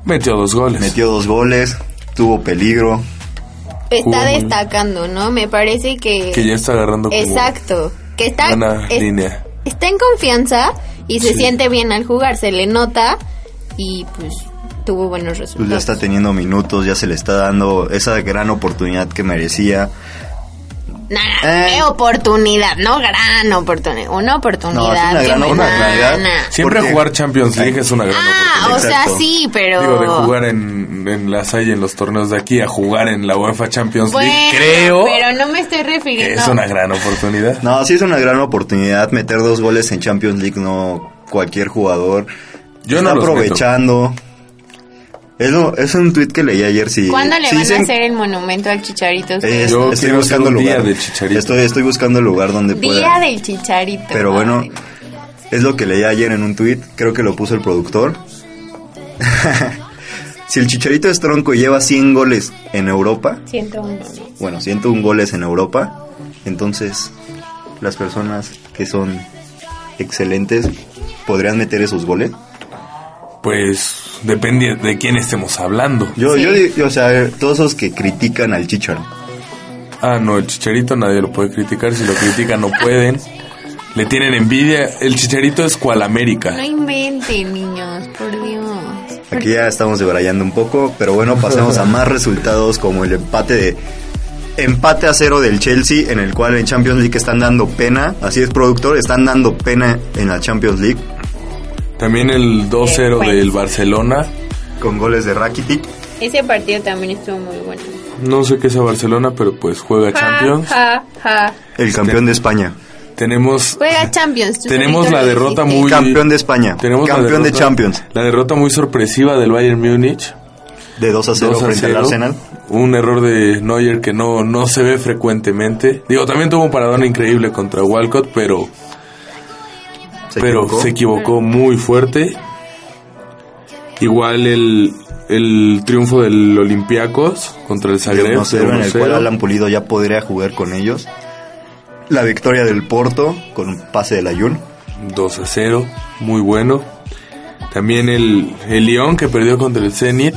S5: Metió dos goles.
S8: metió dos goles, tuvo peligro.
S5: Jugó
S7: Está
S5: muy bien.
S7: destacando, ¿no? Me parece que...
S5: Que ya está agarrando como
S7: Exacto. Que está...
S5: buena
S7: es-
S5: línea.
S7: Está en confianza y se
S5: Sí.
S7: siente bien al jugar, se le nota y pues tuvo buenos
S8: Pues
S7: resultados.
S8: ya está teniendo minutos, ya se le está dando esa gran oportunidad que merecía.
S7: Nada,
S8: Eh.
S7: qué oportunidad, no gran oportunidad, una oportunidad.
S8: No, es una
S7: que
S8: gran
S7: me
S8: oportunidad.
S7: dan a-
S5: Siempre
S8: Porque-
S5: jugar Champions League es una gran
S7: Ah,
S5: oportunidad.
S7: o sea,
S8: Exacto.
S7: sí, pero...
S5: Digo, de jugar en, en la Salle, en los torneos de aquí, a jugar en la UEFA Champions
S7: Bueno,
S5: League, creo
S7: pero no me estoy
S5: que
S7: refiriendo...
S5: es una gran oportunidad.
S8: No, sí es una gran oportunidad meter dos goles en Champions League, no cualquier jugador.
S5: Yo
S8: está
S5: no los
S8: aprovechando. Es, lo- es un tuit que leí ayer. Si,
S7: ¿Cuándo le
S8: si
S7: van
S8: dicen-
S7: a hacer el monumento al Chicharito?
S8: Eh,
S7: ustedes?
S5: Yo
S8: estoy
S5: quiero hacer
S8: buscando
S5: un día
S8: lugar.
S5: del Chicharito.
S8: Estoy, estoy buscando el lugar donde
S7: Día
S8: pueda.
S7: del Chicharito.
S8: Pero bueno,
S7: Ay,
S8: es lo que leí ayer en un tuit, creo que lo puso el productor. *laughs* si el Chicharito es tronco y lleva 100 goles en Europa,
S7: Siento un...
S8: bueno, 101 goles en Europa, entonces las personas que son excelentes podrían meter esos goles.
S5: Pues depende de quién estemos hablando.
S8: Yo,
S7: Sí.
S8: yo, di- yo, o sea, todos esos que critican al Chicharo.
S5: Ah, no, el chicharito nadie lo puede criticar. Si lo critican, no pueden. Le tienen envidia. El chicharito es cual América.
S7: No inventen, niños, por Dios.
S8: Aquí ya estamos debrayando un poco, pero bueno, pasemos
S5: *laughs*
S8: a más resultados como el empate de empate a cero del Chelsea, en el cual en Champions League están dando pena. Así es, productor, están dando pena en la Champions League
S5: También el 2-0 del Barcelona.
S8: con goles de Rakitic.
S7: Ese partido también estuvo muy bueno.
S5: No sé qué es a Barcelona, pero pues juega Champions.
S7: Ja, ja, ja.
S8: El campeón de España.
S5: Tenemos
S7: Juega Champions. tú
S5: Tenemos
S7: solito
S5: la
S7: lo
S5: derrota
S7: dijiste.
S5: muy-
S8: Campeón de España.
S5: Tenemos la
S8: campeón de
S5: derrota-
S8: Champions.
S5: La derrota muy sorpresiva del Bayern Múnich.
S8: De 2 a 0
S5: 2 a
S8: frente
S5: 0.
S8: al Arsenal.
S5: Un error de Neuer que no, no se ve frecuentemente. Digo, también tuvo un paradón increíble contra Walcott, pero,
S8: Se
S5: pero
S8: equivocó.
S5: se equivocó muy fuerte. Igual el, el triunfo del Olympiacos contra el
S8: De
S5: Zagreb.
S8: 1-0, en el
S5: 1-0.
S8: cual Alan Pulido ya podría jugar con ellos. La victoria del Porto con un pase del Ayun.
S5: 2 a 0, muy bueno. También el, el Lyon que perdió contra el Zenit,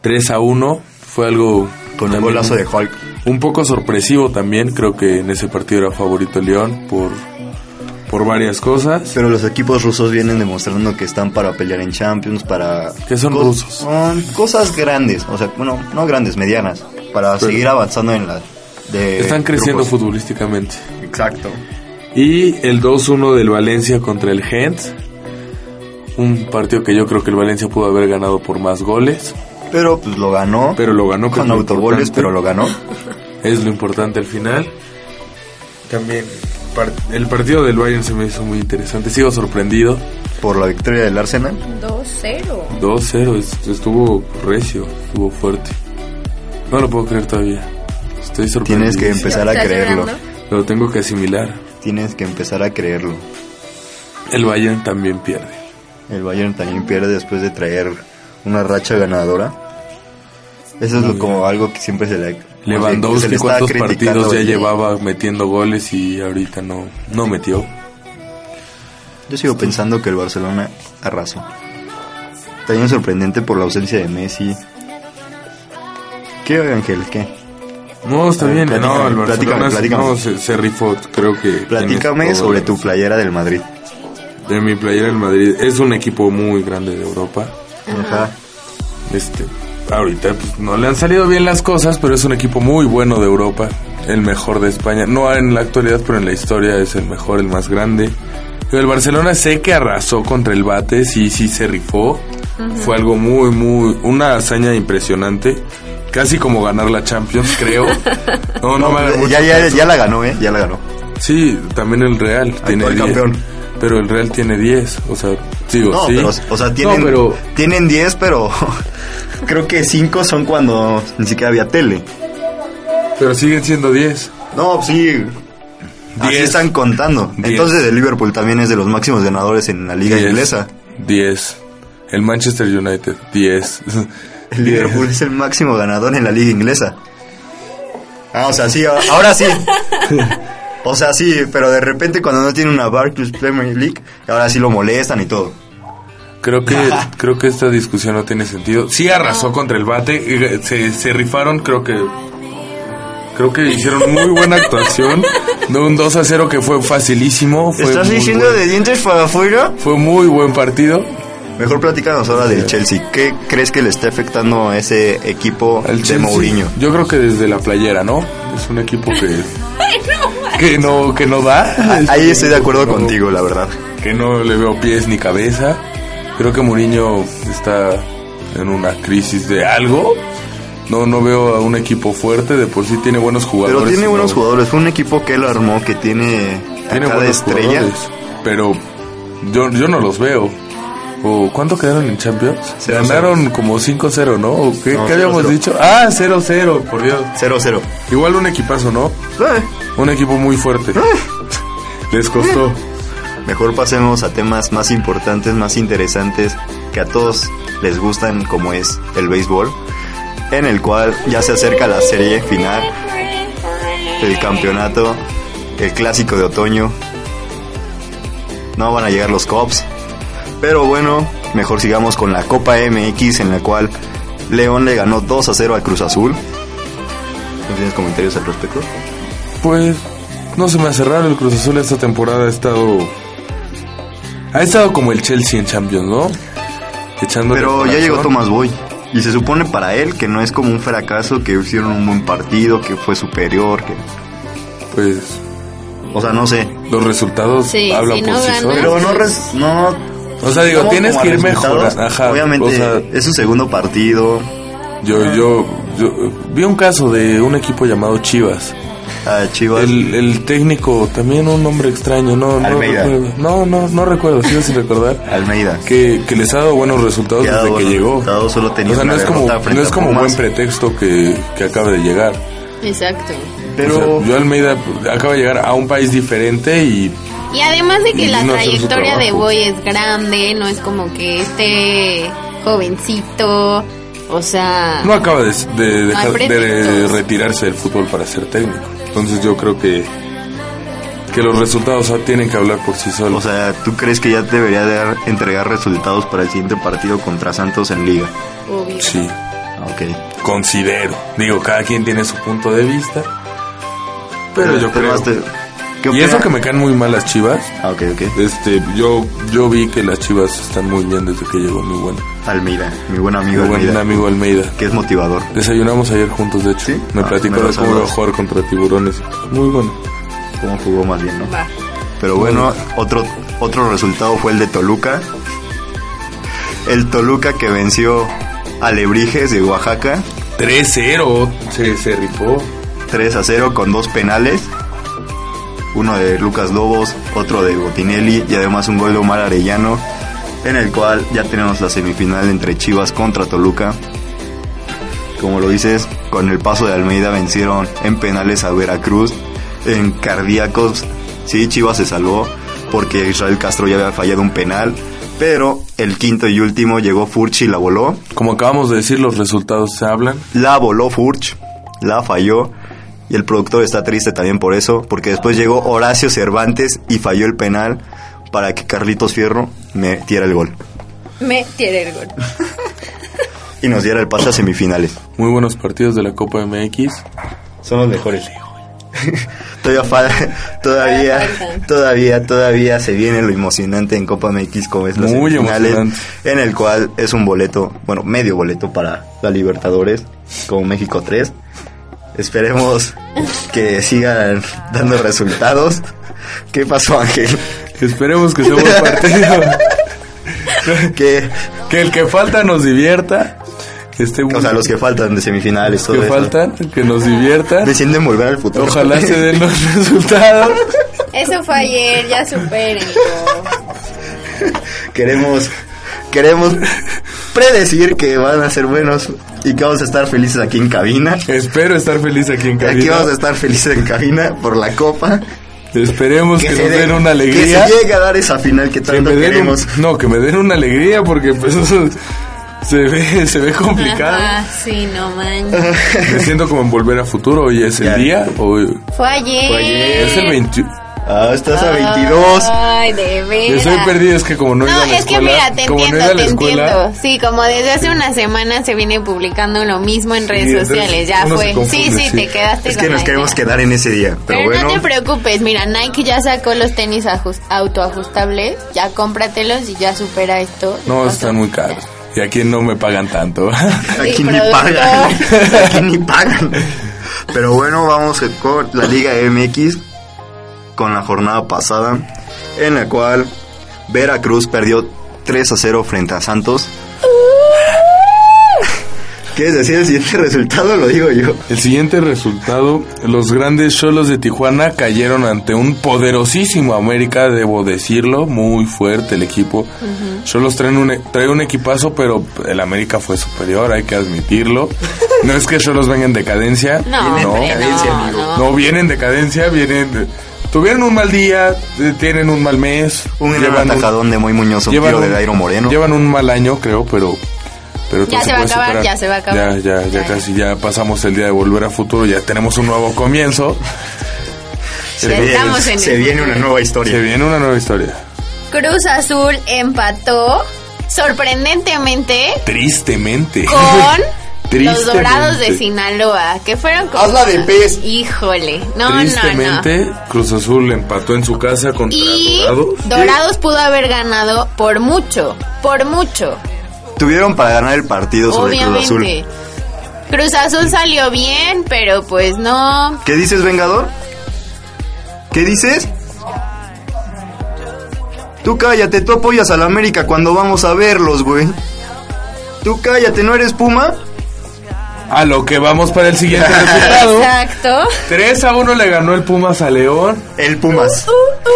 S5: 3 a 1, fue algo...
S8: Con un
S5: también
S8: golazo de Hulk.
S5: Un poco sorpresivo también, creo que en ese partido era favorito el Lyon por, por varias cosas.
S8: Pero los equipos rusos vienen demostrando que están para pelear en Champions, para...
S5: ¿Qué son
S8: cos-
S5: rusos?
S8: Son cosas grandes, o sea, bueno, no grandes, medianas, para
S5: Pero-
S8: seguir avanzando en la... De
S5: Están creciendo
S8: grupos.
S5: futbolísticamente.
S8: Exacto.
S5: Y el 2-1 del Valencia contra el Gent, un partido que yo creo que el Valencia pudo haber ganado por más goles,
S8: Pero pues lo ganó.
S5: pero lo ganó que es
S8: con
S5: lo
S8: autogoles,
S5: importante.
S8: pero lo ganó.
S5: es lo importante al final. También par- el partido del Bayern se me hizo muy interesante. Sigo sorprendido.
S8: Por la victoria del Arsenal.
S7: 2-0.
S5: 2-0, es- estuvo recio, estuvo fuerte. No lo puedo creer todavía. Estoy sorprendido.
S8: Tienes que empezar a
S7: ¿Estás
S8: creerlo.
S7: llorando?
S5: Lo tengo que asimilar.
S8: Tienes que empezar a creerlo.
S5: El Bayern también pierde.
S8: El Bayern también pierde después de traer una racha ganadora. Eso es lo- como algo que siempre se le... se le
S5: Lewandowski,
S8: está
S5: ¿cuántos
S8: criticando
S5: partidos ya
S8: hoy.
S5: llevaba metiendo goles y ahorita no, no metió?
S8: Yo sigo pensando que el Barcelona arrasó. También sorprendente por la ausencia de Messi. ¿Qué, Ángel? ¿Qué?
S5: No, está
S8: A ver,
S5: bien.
S8: Eh,
S5: ¿eh?
S8: platícame,
S5: no, el Barcelona
S8: platícame, platícame.
S5: no, se, se rifó, creo que.
S8: Platícame
S5: tienes todo
S8: sobre
S5: el-
S8: tu playera del Madrid.
S5: De mi playera el Madrid. Es un equipo muy grande de Europa.
S8: Ajá.
S5: Este, ahorita pues, no le han salido bien las cosas, pero es un equipo muy bueno de Europa, el mejor de España. No en la actualidad, pero en la historia es el mejor, el más grande. El Barcelona sé que arrasó contra el Bate, sí, sí se rifó. Fue algo muy, muy, una hazaña impresionante. Casi como ganar la Champions, creo. No, no, me hagan mucho
S8: ya, ya,
S5: caso.
S8: ya la ganó, ¿eh? Ya la ganó.
S5: Sí, también el Real tiene 10.
S8: campeón.
S5: Pero el Real tiene 10, o sea, digo,
S8: No,
S5: Pues sí.
S8: pero, o sea, tienen,
S5: No, pero
S8: tienen 10, pero *laughs* creo que 5 son cuando ni siquiera había tele.
S5: pero siguen siendo 10.
S8: No, sí. Así
S5: Diez.
S8: están contando.
S5: Diez.
S8: Entonces el Liverpool también es de los máximos ganadores en la liga
S5: 10,
S8: inglesa.
S5: 10. El Manchester United, 10.
S8: *laughs* El Liverpool es el máximo ganador en la liga inglesa. Ah, o sea, sí, a- ahora *laughs* sí. O sea, sí, pero de repente cuando no tiene una Barclays Premier League, ahora sí lo molestan y todo.
S5: *laughs*
S8: *laughs*
S5: Creo que, creo que esta discusión no tiene sentido. Sí arrasó contra el bate, eh, se, se rifaron, creo que... Creo que hicieron muy buena actuación. De un 2 a 0 que fue facilísimo. Fue muy buen-
S8: dientes para afuera?
S5: Fue muy buen partido.
S8: Mejor platícanos ahora del Chelsea. ¿Qué crees que le está afectando a ese equipo
S5: Al
S8: de *laughs*
S5: Chelsea,
S8: Mourinho?
S5: Yo creo que desde la playera, ¿no? Es un equipo que, que, no, que no da. Es
S8: Ahí
S5: un
S8: estoy de
S5: equipo
S8: acuerdo
S5: que no-
S8: contigo, la verdad.
S5: Que no le veo pies ni cabeza. Creo que Mourinho está en una crisis de algo. No, no veo a un equipo fuerte. De por sí tiene buenos jugadores.
S8: Pero tiene
S5: no-
S8: buenos jugadores. Fue un equipo que él armó que tiene,
S5: Tiene
S8: a cada
S5: buenos
S8: estrella.
S5: jugadores, Pero yo, yo no los veo. O, ¿Cuánto quedaron en Champions?
S8: Cero,
S5: Ganaron como 5-0, ¿no? ¿O qué,
S8: No, cero,
S5: qué habíamos
S8: cero.
S5: dicho? Ah, 0-0, por Dios.
S8: 0-0.
S5: Igual un equipazo, ¿no?
S8: Eh,
S5: Un equipo muy fuerte.
S8: Ah.
S5: *laughs* Les costó.
S8: Mejor pasemos a temas más importantes, más interesantes, que a todos les gustan, como es el béisbol, en el cual ya se acerca la serie final, el campeonato, el clásico de otoño. No van a llegar los Cops, pero bueno, mejor sigamos con la Copa MX, en la cual León le ganó 2 a 0 al Cruz Azul. ¿No tienes comentarios al respecto?
S5: Pues no se me hace raro. El Cruz Azul esta temporada ha estado. Ha estado como el Chelsea en Champions, ¿no? Echando
S8: Pero ya llegó Tomás Boy. Y se supone para él que no es como un fracaso, que hicieron un buen partido, que fue superior, que...
S5: Pues
S8: O sea, no sé.
S5: los resultados
S7: Sí,
S5: hablan
S7: si
S5: por
S7: no
S5: sí
S7: ganas,
S5: solos.
S8: Pero no... res- no
S5: O sea, digo,
S8: no
S5: tienes
S8: como
S5: que
S8: a
S5: ir
S8: resultados.
S5: mejorando, ajá,
S8: Obviamente, eh,
S5: o sea-
S8: es su segundo partido.
S5: Yo, yo, yo eh, vi un caso de un equipo llamado Chivas.
S8: A Chivas.
S5: El, el técnico, también un nombre extraño, no, no
S8: Almeida.
S5: recuerdo. No, no, no recuerdo, sigo sin recordar.
S8: Almeida.
S5: Que, que les ha dado buenos resultados
S8: Que ha
S5: desde
S8: dado
S5: que
S8: buenos
S5: llegó.
S8: resultados, solo tenía
S5: o sea, no
S8: una
S5: es como,
S8: derrota frente
S5: no es
S8: a
S5: como
S8: Pumas.
S5: buen pretexto que, que acabe de llegar.
S7: Exacto.
S8: Pero...
S5: O sea, yo Almeida acaba de llegar a un país diferente y
S7: Y además de que
S5: Y
S7: la
S5: no hacer su
S7: trayectoria de
S5: trabajo.
S7: Boy es grande, no es como que esté jovencito, o sea...
S5: no acaba de, de dejar- de
S7: pretextos.
S5: retirarse del fútbol para ser técnico. Entonces yo creo que, que los resultados ah, tienen que hablar por sí solos.
S8: O sea, ¿tú crees que ya debería de dar- entregar resultados para el siguiente partido contra Santos en Liga? Ah,
S7: obvio.
S5: sí.
S8: Ok.
S5: considero. Digo, cada quien tiene su punto de vista. Pero, yo creo.
S8: más te- ¿Qué
S5: Y
S8: opinas?
S5: eso que me caen muy mal las chivas.
S8: Ah, ok, ok.
S5: Este, yo, yo vi que las chivas están muy bien desde que llegó mi buen,
S8: Almeida, mi buen
S5: mi
S8: amigo
S5: buen
S8: Almeida,
S5: amigo Almeida.
S8: que es motivador.
S5: Desayunamos ayer juntos, de hecho.
S8: ¿Sí?
S5: Me
S8: Ah,
S5: platicó
S8: me lo
S5: de cómo iba a
S8: saludas.
S5: jugar contra tiburones. Muy bueno.
S8: Cómo jugó más bien, ¿no?
S7: Va.
S8: Pero bueno, otro, otro resultado fue el de Toluca. El Toluca que venció a Lebrijes de Oaxaca
S5: 3-0. Se, se rifó.
S8: 3 a 0 con dos penales. Uno de Lucas Lobos, otro de Botinelli y además un gol de Omar Arellano. En el cual ya tenemos la semifinal entre Chivas contra Toluca. Como lo dices, con el paso de Almeida vencieron en penales a Veracruz, en cardíacos. Sí, Chivas se salvó porque Israel Castro ya había fallado un penal. Pero el quinto y último llegó Furchi y la voló.
S5: Como acabamos de decir, los resultados se hablan.
S8: La voló Furch, la falló. Y el productor está triste también por eso, porque después llegó Horacio Cervantes y falló el penal para que Carlitos Fierro metiera el gol
S7: Me tiene el gol.
S8: y nos diera el pase a semifinales.
S5: Muy buenos partidos de la Copa MX.
S8: Son los mejores. *laughs* todavía, fal- todavía, todavía, todavía se viene lo emocionante en Copa MX como es las
S5: Muy
S8: semifinales,
S5: emocionante.
S8: en el cual es un boleto, bueno, medio boleto para la Libertadores como México 3. Esperemos que sigan dando resultados. ¿Qué pasó, Ángel?
S5: Esperemos que sea buen
S8: *laughs*
S5: partido.
S8: Que,
S5: Que el que falta nos divierta. Que esté
S8: o sea, los que faltan de semifinales, todo
S5: que
S8: eso.
S5: faltan, que nos diviertan.
S8: Deciden volver al futuro.
S5: Ojalá se den los resultados.
S7: Eso fue ayer, ya superen.
S8: queremos queremos predecir que van a ser buenos y que vamos a estar felices aquí en cabina.
S5: Espero estar feliz aquí en
S8: Aquí vamos a
S5: cabina.
S8: estar felices en cabina por la copa.
S5: Esperemos que, nos
S8: dé-
S5: den una alegría.
S8: Que se llegue a dar esa final que
S5: Que
S8: tanto
S5: me den un-
S8: queremos.
S5: no, que me den una alegría porque pues, eso se ve, se ve *laughs* complicado.
S7: Ah, sí, no manches.
S5: Me siento como en volver a futuro. Hoy es
S8: Ya.
S5: el día. Hoy
S7: Fue ayer. eh,
S5: es el 20.
S8: Ah, estás a 22.
S7: Ay, de veras.
S5: Estoy perdido, es que como no he ido
S7: No,
S5: a la
S7: es que
S5: escuela.
S7: mira, te
S5: como
S7: entiendo,
S5: no he ido a la
S7: te
S5: escuela,
S7: entiendo. Sí, como desde hace una semana se viene publicando lo mismo en redes
S5: entonces
S7: sociales, ya
S5: uno se
S7: fue.
S5: confunde,
S7: sí, sí,
S5: sí.
S7: te quedaste
S8: Es
S7: con
S8: que nos
S7: la
S8: queremos
S7: idea.
S8: quedar en ese día. Pero,
S7: Pero
S8: bueno,
S7: no te preocupes, mira, Nike ya sacó los tenis ajus- autoajustables, ya cómpratelos y ya supera esto.
S5: No, están muy caros. Y aquí no me pagan tanto. *laughs*
S8: aquí
S7: Sí,
S8: ni
S7: productor. *laughs*
S8: pagan. Aquí ni pagan. Pero bueno, vamos con la Liga MX con la jornada pasada en la cual Veracruz perdió 3 a 0 frente a Santos.
S7: Uh.
S8: ¿Quieres decir el siguiente resultado? Lo digo yo.
S5: El siguiente resultado, los grandes cholos de Tijuana cayeron ante un poderosísimo América, debo decirlo, muy fuerte el equipo. Cholos traen un, e- trae un equipazo, pero el América fue superior, hay que admitirlo. No es que Cholos venga en decadencia,
S7: *laughs* No,
S5: no,
S7: hombre, no, no.
S5: No, vienen en decadencia, vienen... de- Tuvieron un mal día, eh, tienen un mal mes.
S8: Un gran
S5: llevan
S8: atacadón de muy Muñoz, un tiro de
S5: un-
S8: Dairo Moreno.
S5: Llevan un mal año, creo, pero. pero
S7: Ya
S5: todo
S7: se va a
S5: puede
S7: acabar, ya se va a acabar.
S5: Ya, ya, ya
S7: Ya.
S5: casi, ya pasamos el día de volver a futuro, ya tenemos un
S7: *laughs*
S5: nuevo comienzo.
S8: se
S7: Ya
S8: viene,
S7: estamos en
S8: se
S7: el-
S8: viene una nueva
S5: Se
S8: historia.
S5: viene una nueva historia.
S7: Cruz Azul empató
S5: *laughs*
S7: sorprendentemente
S5: Tristemente.
S7: con
S5: Tristemente.
S7: los Dorados de Sinaloa, que fueron como...
S8: Hazla de pez.
S7: Híjole, no, no, no.
S5: *laughs* Tristemente, Cruz Azul empató en su casa contra
S7: Y
S5: Dorados.
S7: Dorados pudo haber ganado por mucho, por mucho,
S8: Tuvieron para ganar el partido sobre Cruz Azul.
S7: obviamente. Cruz Azul salió bien, pero pues no.
S8: ¿Qué dices, Vengador? ¿Qué dices? Tú cállate, tú apoyas a la América cuando vamos a verlos, güey. Tú cállate, ¿no eres Puma?
S5: A lo que vamos para el
S8: *laughs*
S5: siguiente resultado.
S7: Exacto.
S5: 3 a 1 le ganó el Pumas a León.
S8: El
S7: Uh,
S8: Pumas.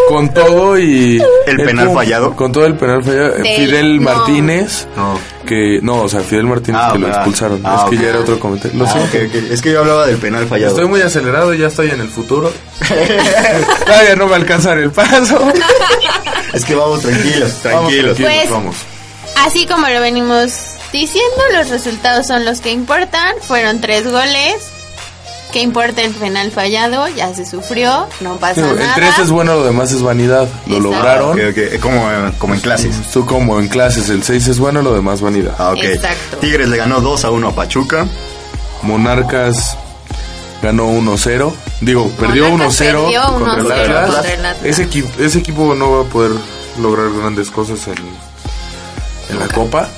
S5: Con todo y.
S8: El penal
S5: Pum-
S8: fallado.
S5: Con todo el penal fallado.
S7: Del-
S5: Fidel
S7: no.
S5: Martínez.
S8: No.
S5: Que. No, o sea, Fidel Martínez
S8: Ah,
S5: que lo
S8: ah,
S5: expulsaron.
S8: ah,
S5: es
S8: ok.
S5: que ya era otro comentario. Lo
S8: Ah,
S5: siento.
S8: ok, ok. Es que yo hablaba del penal fallado.
S5: Estoy muy acelerado, ya estoy en
S8: *laughs*
S5: el futuro. Todavía no me alcanzan el paso.
S8: Es que vamos tranquilos,
S5: Vamos,
S8: tranquilos.
S7: Pues-
S5: vamos.
S7: Así como lo venimos diciendo, los resultados son los que importan. Fueron tres goles. ¿Qué importa el penal fallado? Ya se sufrió, no pasa
S5: Digo, el
S7: nada.
S5: 3 es bueno, lo demás es vanidad. Lo
S7: Exacto.
S5: lograron.
S8: Ok, ok, Como, eh, como en clases.
S5: Tú como en clases, el 6 es bueno, lo demás vanidad.
S8: Ah, ok.
S7: Exacto.
S8: Tigres le ganó 2 a 1 a Pachuca.
S5: Monarcas ganó 1-0. Digo, perdió
S7: Monarcas
S5: 1-0
S7: perdió
S5: contra el
S7: 1-0
S5: Atlas.
S7: contra el Atlas.
S5: Ese, equi- ese equipo no va a poder lograr grandes cosas en, en la
S7: *laughs*
S5: Copa.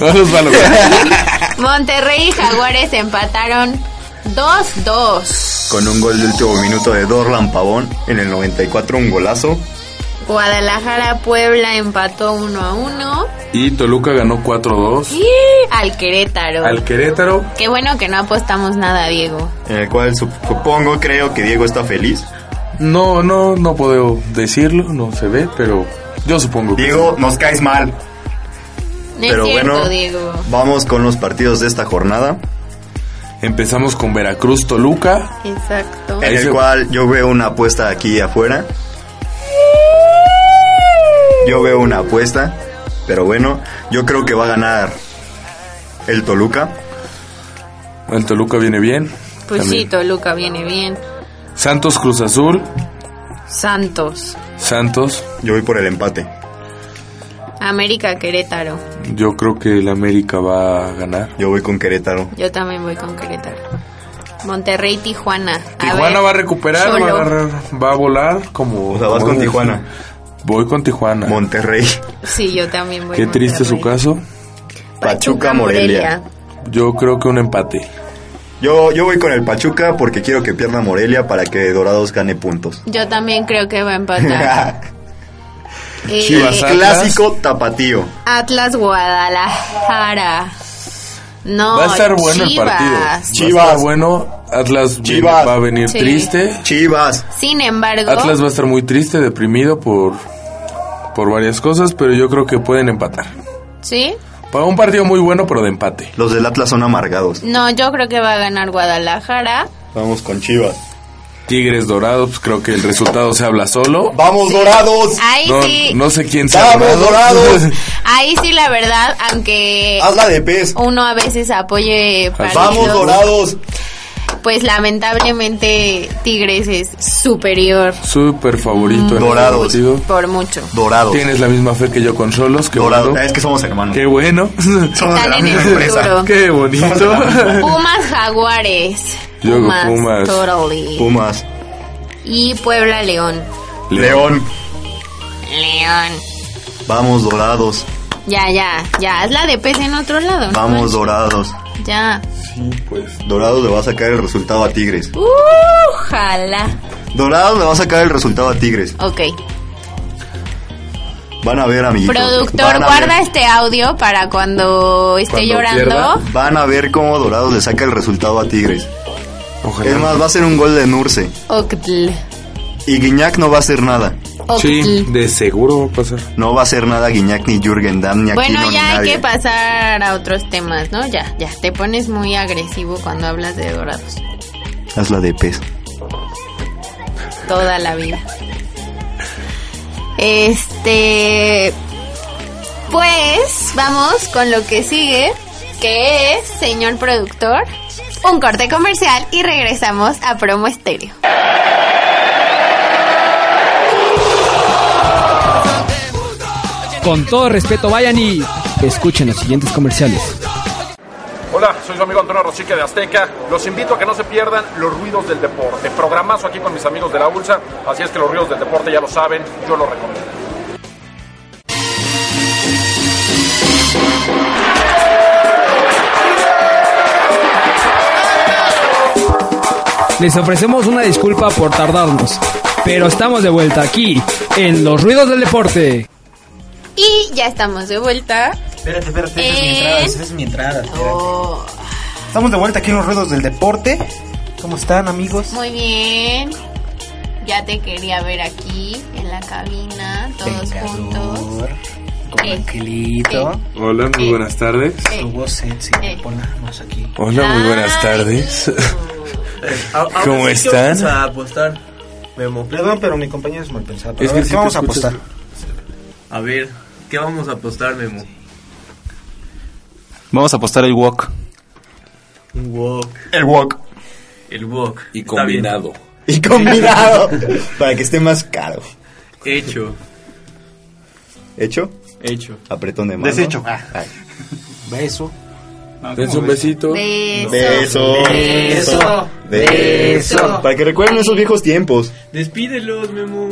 S5: no los va a lograr.
S7: Monterrey y Jaguares empataron 2-2.
S8: Con un gol de último minuto de Dorlan Pavón. En el 94, un golazo.
S7: Guadalajara Puebla empató 1 a 1
S5: Y Toluca ganó 4-2
S7: al Querétaro.
S5: al Querétaro.
S7: Qué bueno que no apostamos nada, Diego.
S8: En el cual sup- supongo, creo que Diego está feliz.
S5: No, no, no puedo decirlo, no se ve, pero yo supongo que
S8: Diego, nos caes mal.
S7: No
S8: Pero
S7: es cierto,
S8: bueno,
S7: Diego.
S8: vamos con los partidos de esta jornada.
S5: empezamos con Veracruz Toluca.
S7: Exacto.
S8: En
S5: Ahí
S8: el
S5: se-
S8: cual yo veo una apuesta aquí afuera. Yo veo una apuesta. Pero bueno, yo creo que va a ganar el Toluca.
S5: El Toluca viene bien.
S7: Pues sí,
S5: también.
S7: Toluca viene bien.
S5: Santos Cruz Azul,
S7: Santos.
S5: Santos.
S8: Yo voy por el empate.
S7: América Querétaro.
S5: Yo creo que el América va a ganar.
S8: Yo voy con Querétaro.
S7: Yo también voy con Querétaro. Monterrey Tijuana. A
S5: Tijuana
S7: ver,
S5: va a recuperar, va a,
S7: solo.
S5: agarrar- va a volar como...
S8: O sea, vas con
S5: como es.
S8: Tijuana.
S5: Voy con Tijuana.
S8: Monterrey.
S7: Sí, yo también voy
S5: Qué triste su
S7: Monterrey.
S5: caso.
S8: Pachuca, Morelia.
S5: Yo creo que un empate.
S8: Yo, yo voy con el Pachuca porque quiero que pierda Morelia para que Dorados gane puntos.
S7: Yo también creo que va a
S5: *laughs*
S7: empatar. Ah,
S8: *laughs*
S7: Eh,
S5: Chivas, ¿ah? Atlas.
S8: Clásico tapatío.
S7: Atlas Guadalajara. No,
S5: va a estar bueno el
S7: Chivas.
S5: partido. Va a
S8: Chivas.
S5: estar bueno. Atlas viene-
S8: Chivas.
S5: va a venir
S7: Sí.
S5: triste.
S8: Chivas.
S7: Sin embargo,
S5: Atlas va a estar muy triste, deprimido por, por varias cosas, pero yo creo que pueden empatar.
S7: ¿sí?
S5: Para un partido muy bueno, pero de empate.
S8: Los del Atlas son amargados.
S7: No, yo creo que va a ganar Guadalajara.
S8: Vamos con Chivas.
S5: Tigres Dorados, pues creo que el resultado se habla solo.
S8: ¡Vamos, Dorados!
S7: Ahí
S5: No,
S7: sí,
S5: no sé quién sea.
S8: ¡Vamos,
S5: *laughs*
S8: Dorados!
S7: ahí sí la verdad, aunque Oh,
S8: ¡Hazla de pez!
S7: uno a veces apoye partidos,
S8: ¡Vamos, Dorados!
S7: pues lamentablemente Tigres es superior
S5: Súper favorito. en
S8: Dorados.
S5: este partido.
S7: por mucho.
S8: Dorado.
S5: Tienes la misma fe que yo con Solos. Qué
S8: Dorado.
S5: bueno.
S8: Es que somos hermanos.
S5: Qué bueno.
S8: Somos de la
S7: Están en
S8: misma
S7: el
S8: empresa.
S7: futuro.
S5: Qué bonito.
S7: *laughs* Pumas Jaguares.
S5: Yo con Pumas.
S7: Totally.
S8: Pumas.
S7: Y Puebla León.
S8: León.
S7: León.
S8: Vamos dorados.
S7: Ya, ya, ya. Haz la de pez en otro lado. ¿no?
S8: Vamos dorados.
S7: Ya.
S5: Sí, pues.
S8: Dorados le va a sacar el resultado a Tigres.
S7: Uh, Ojalá.
S8: Dorados le va a sacar el resultado a Tigres.
S7: Ok.
S8: Van a ver, amiguitos.
S7: Productor,
S8: Van a ver-
S7: guarda este audio para cuando esté
S5: Cuando
S7: llorando.
S5: pierda.
S8: Van a ver cómo Dorados le saca el resultado a Tigres.
S5: Ojalá.
S8: Es más, va a ser un gol de Nurse.
S7: Octl.
S8: Y Guiñac no va a hacer nada.
S7: Octl.
S5: Sí, de seguro va a pasar.
S8: No va a hacer nada Guiñac, ni Jürgen Damm, ni Aquino,
S7: Bueno,
S8: ni
S7: ya hay
S8: nadie.
S7: que pasar a otros temas, ¿no? Ya, ya. Te pones muy agresivo cuando hablas de dorados.
S8: Haz la de pez.
S7: toda la vida. Este, pues vamos con lo que sigue, que es, señor productor, un corte comercial y regresamos a Promo Estéreo.
S1: Con todo respeto, vayan y escuchen los siguientes comerciales.
S6: Hola, soy su amigo Antonio Rosique de Azteca. Los invito a que no se pierdan los ruidos del deporte. Programazo aquí con mis amigos de la ULSA. Así es que los ruidos del deporte ya lo saben, yo lo recomiendo.
S1: Les ofrecemos una disculpa por tardarnos, pero estamos de vuelta aquí, en los ruidos del deporte.
S7: Y ya estamos de vuelta.
S9: Espérate, espérate, esa es mi entrada, esa es mi entrada. espérate.
S7: Oh,
S9: Estamos de vuelta aquí en los ruedos del deporte. ¿Cómo están, amigos?
S7: muy bien. Ya te quería ver aquí en la cabina, todos juntos.
S9: Vengador,
S7: Eh,
S9: Tranquilito.
S5: Hola, muy buenas tardes.
S7: eh,
S9: Tu voz sexy,
S7: Eh.
S9: ponemos aquí.
S5: Hola, muy buenas
S7: ay,
S5: tardes.
S9: A- ahora
S5: ¿Cómo
S9: sí,
S5: están?
S9: ¿qué vamos a-
S4: A apostar, Memo.
S9: Perdón, pero mi compañero es muy pensado. a
S5: Es que
S9: ver,
S5: sí
S9: ¿qué
S5: te
S9: vamos a
S5: escuchas-
S9: apostar?
S4: A ver, ¿qué vamos a apostar, Memo?
S3: Vamos a apostar el walk.
S4: Un wok.
S8: El walk.
S4: El wok.
S5: Y
S4: Está bien.
S5: combinado.
S8: Y combinado. para que esté más caro.
S4: Hecho.
S8: ¿Hecho?
S4: Hecho.
S8: Apretón de mano.
S9: Deshecho.
S8: Ay.
S9: Beso.
S5: Dense un besito.
S7: besos.
S8: Beso.
S9: Beso.
S8: Beso. Para que recuerden esos
S9: *laughs*
S8: viejos tiempos.
S4: Despídelos, Memo.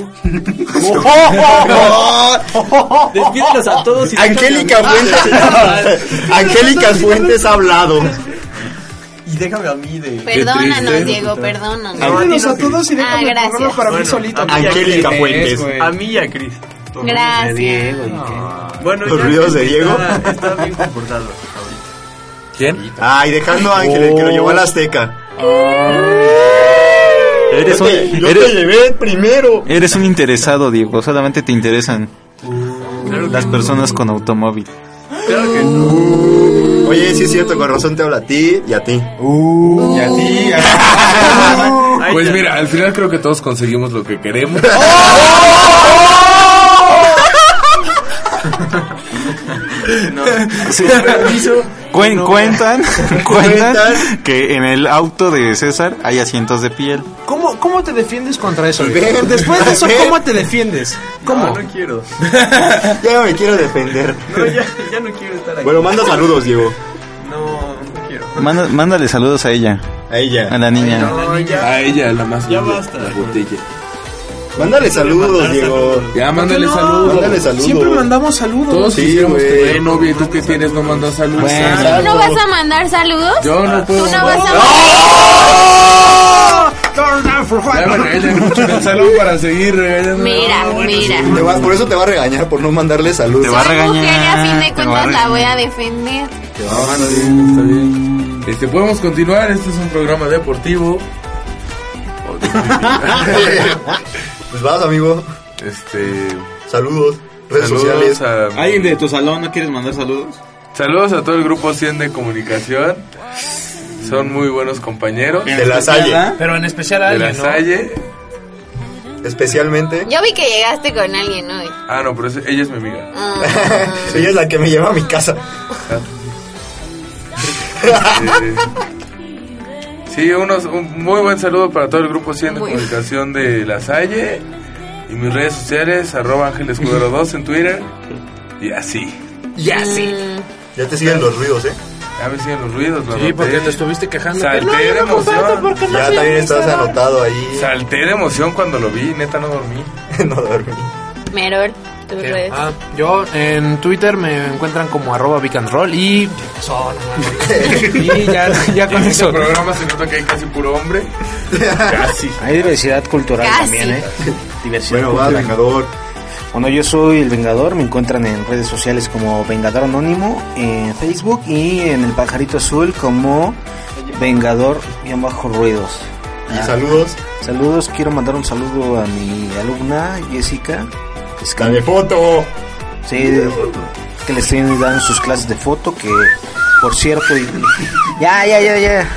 S9: Despídelos a todos.
S8: Angélica Fuentes. Angélica Fuentes ha hablado.
S4: Y déjame a mí de.
S7: Perdónanos,
S5: triste.
S7: Diego, perdónanos.
S9: Despídelos a todos y
S7: Ah,
S9: déjame el
S7: gracias.
S9: programa para mí
S4: Bueno,
S9: solito.
S4: a mí y a
S8: Angélica
S4: Cris.
S8: Fuentes.
S4: A mí y a Cris.
S7: Gracias.
S4: Bueno,
S8: Los
S4: ya
S8: ruidos
S4: está-
S8: de Diego.
S4: Está bien comportado. ahorita.
S5: ¿Quién?
S8: Ay, dejando a Ángel, el que lo llevó a la Azteca.
S9: Ah.
S3: Eres
S8: Yo te-
S3: un-
S8: yo
S3: eres-
S8: te llevé primero.
S3: Eres un interesado, Diego. Solamente te interesan las personas con automóvil.
S4: Claro que no.
S8: Oye, sí es cierto, con razón te hablo a ti y a ti.
S9: Y a ti.
S4: Ahí
S5: *laughs* Pues
S4: está.
S5: mira, al final creo que todos conseguimos lo que queremos.
S3: Cuen- *laughs* cuentan, cuentan
S8: Cuentan.
S3: que en el auto de César hay asientos de piel.
S9: ¿Cómo, ¿Cómo te defiendes contra eso?
S8: Ven,
S9: Diego? Después de eso,
S8: ven.
S9: ¿cómo te defiendes?
S4: ¿Cómo? No, no quiero.
S8: Ya no me quiero defender.
S4: No, ya, ya no quiero estar aquí.
S8: Bueno, manda saludos, Diego.
S4: No, no quiero.
S3: Manda- mándale saludos a ella,
S8: A
S3: a
S8: ella.
S3: la niña.
S4: No, ya.
S5: A ella, la más.
S4: Ya
S5: linda,
S4: basta.
S5: La botella.
S8: Mándale saludos, Diego.
S5: Ya, mándale
S9: No,
S5: saludos.
S8: Mándale saludos.
S9: Siempre mandamos saludos.
S5: Todos
S8: Sí,
S5: quisiéramos
S8: güey.
S5: tener novia y tú que tienes no mandas saludos.
S3: Bueno.
S7: ¿Tú no vas a mandar saludos?
S5: Yo no puedo.
S7: ¿Tú no
S5: mandar-
S7: vas a mandar
S5: Ya me regañan mucho en el salón para seguir regañando.
S7: Mira, mira.
S8: Te va- por eso te va a regañar por no mandarle saludos.
S3: Te va a
S7: Soy mujer y a
S3: regañar,
S7: fin de
S3: te va a
S7: cuentas la voy a
S3: regañar.
S7: defender.
S5: Ah, bueno, bien, está bien. Este, podemos continuar. Este es un programa deportivo. *laughs*
S8: Pues vas, amigo.
S5: Este.
S8: Saludos. Redes
S5: Saludos
S8: sociales.
S5: a,
S3: ¿Alguien de tu salón no quieres mandar saludos?
S5: saludos a todo el grupo 100 de comunicación. Son muy buenos compañeros.
S8: De la Salle.
S9: Pero en especial a
S5: De la
S9: alguien, ¿no?
S5: Salle.
S8: Especialmente.
S7: Yo vi que llegaste con
S3: *laughs*
S7: alguien hoy.
S5: Ah, no, pero es- ella es mi amiga.
S7: Ah,
S8: *laughs* Ella es la que me lleva a mi casa.
S5: Eh, Sí, unos, un muy buen saludo para todo el grupo 100 de
S10: Muy.
S5: comunicación de La Salle. Y mis redes sociales, arroba Ángeles 2 en Twitter. Y así.
S10: Ya sí.
S7: Mm,
S8: Ya te siguen los ruidos, ¿eh?
S5: Ya me siguen los ruidos, lo
S2: Sí, porque
S5: noté.
S2: te estuviste quejando.
S5: Salté
S10: No, yo
S5: de
S10: no comparto
S5: emoción.
S10: porque no
S8: Ya
S10: soy
S8: también estás
S10: administrador.
S8: anotado ahí. *laughs*
S5: Salté de emoción cuando lo vi, neta no dormí.
S8: no dormí.
S7: Meror, tus redes.
S2: Ah, yo en Twitter me encuentran como arroba Vic and Roll y... ¿Qué pasó? *laughs* No mames. y ya, ya
S5: Y en
S2: con
S5: este
S2: eso.
S5: programa se nota que hay casi puro *laughs* hombre. Casi.
S3: Hay diversidad cultural
S7: Casi.
S3: también, ¿eh? Diversidad
S8: Bueno, va,
S3: cultural.
S8: Vengador.
S3: Bueno, yo soy el Vengador, me encuentran en redes sociales como Vengador Anónimo, en Facebook y en el Pajarito Azul como Vengador-Ruidos.
S8: Y Ah. saludos.
S3: Saludos, quiero mandar un saludo a mi alumna Jessica. Esca-
S8: Dale foto.
S3: Sí, de- que le estoy dando sus clases de foto, que por cierto... y- ya, ya, ya, ya.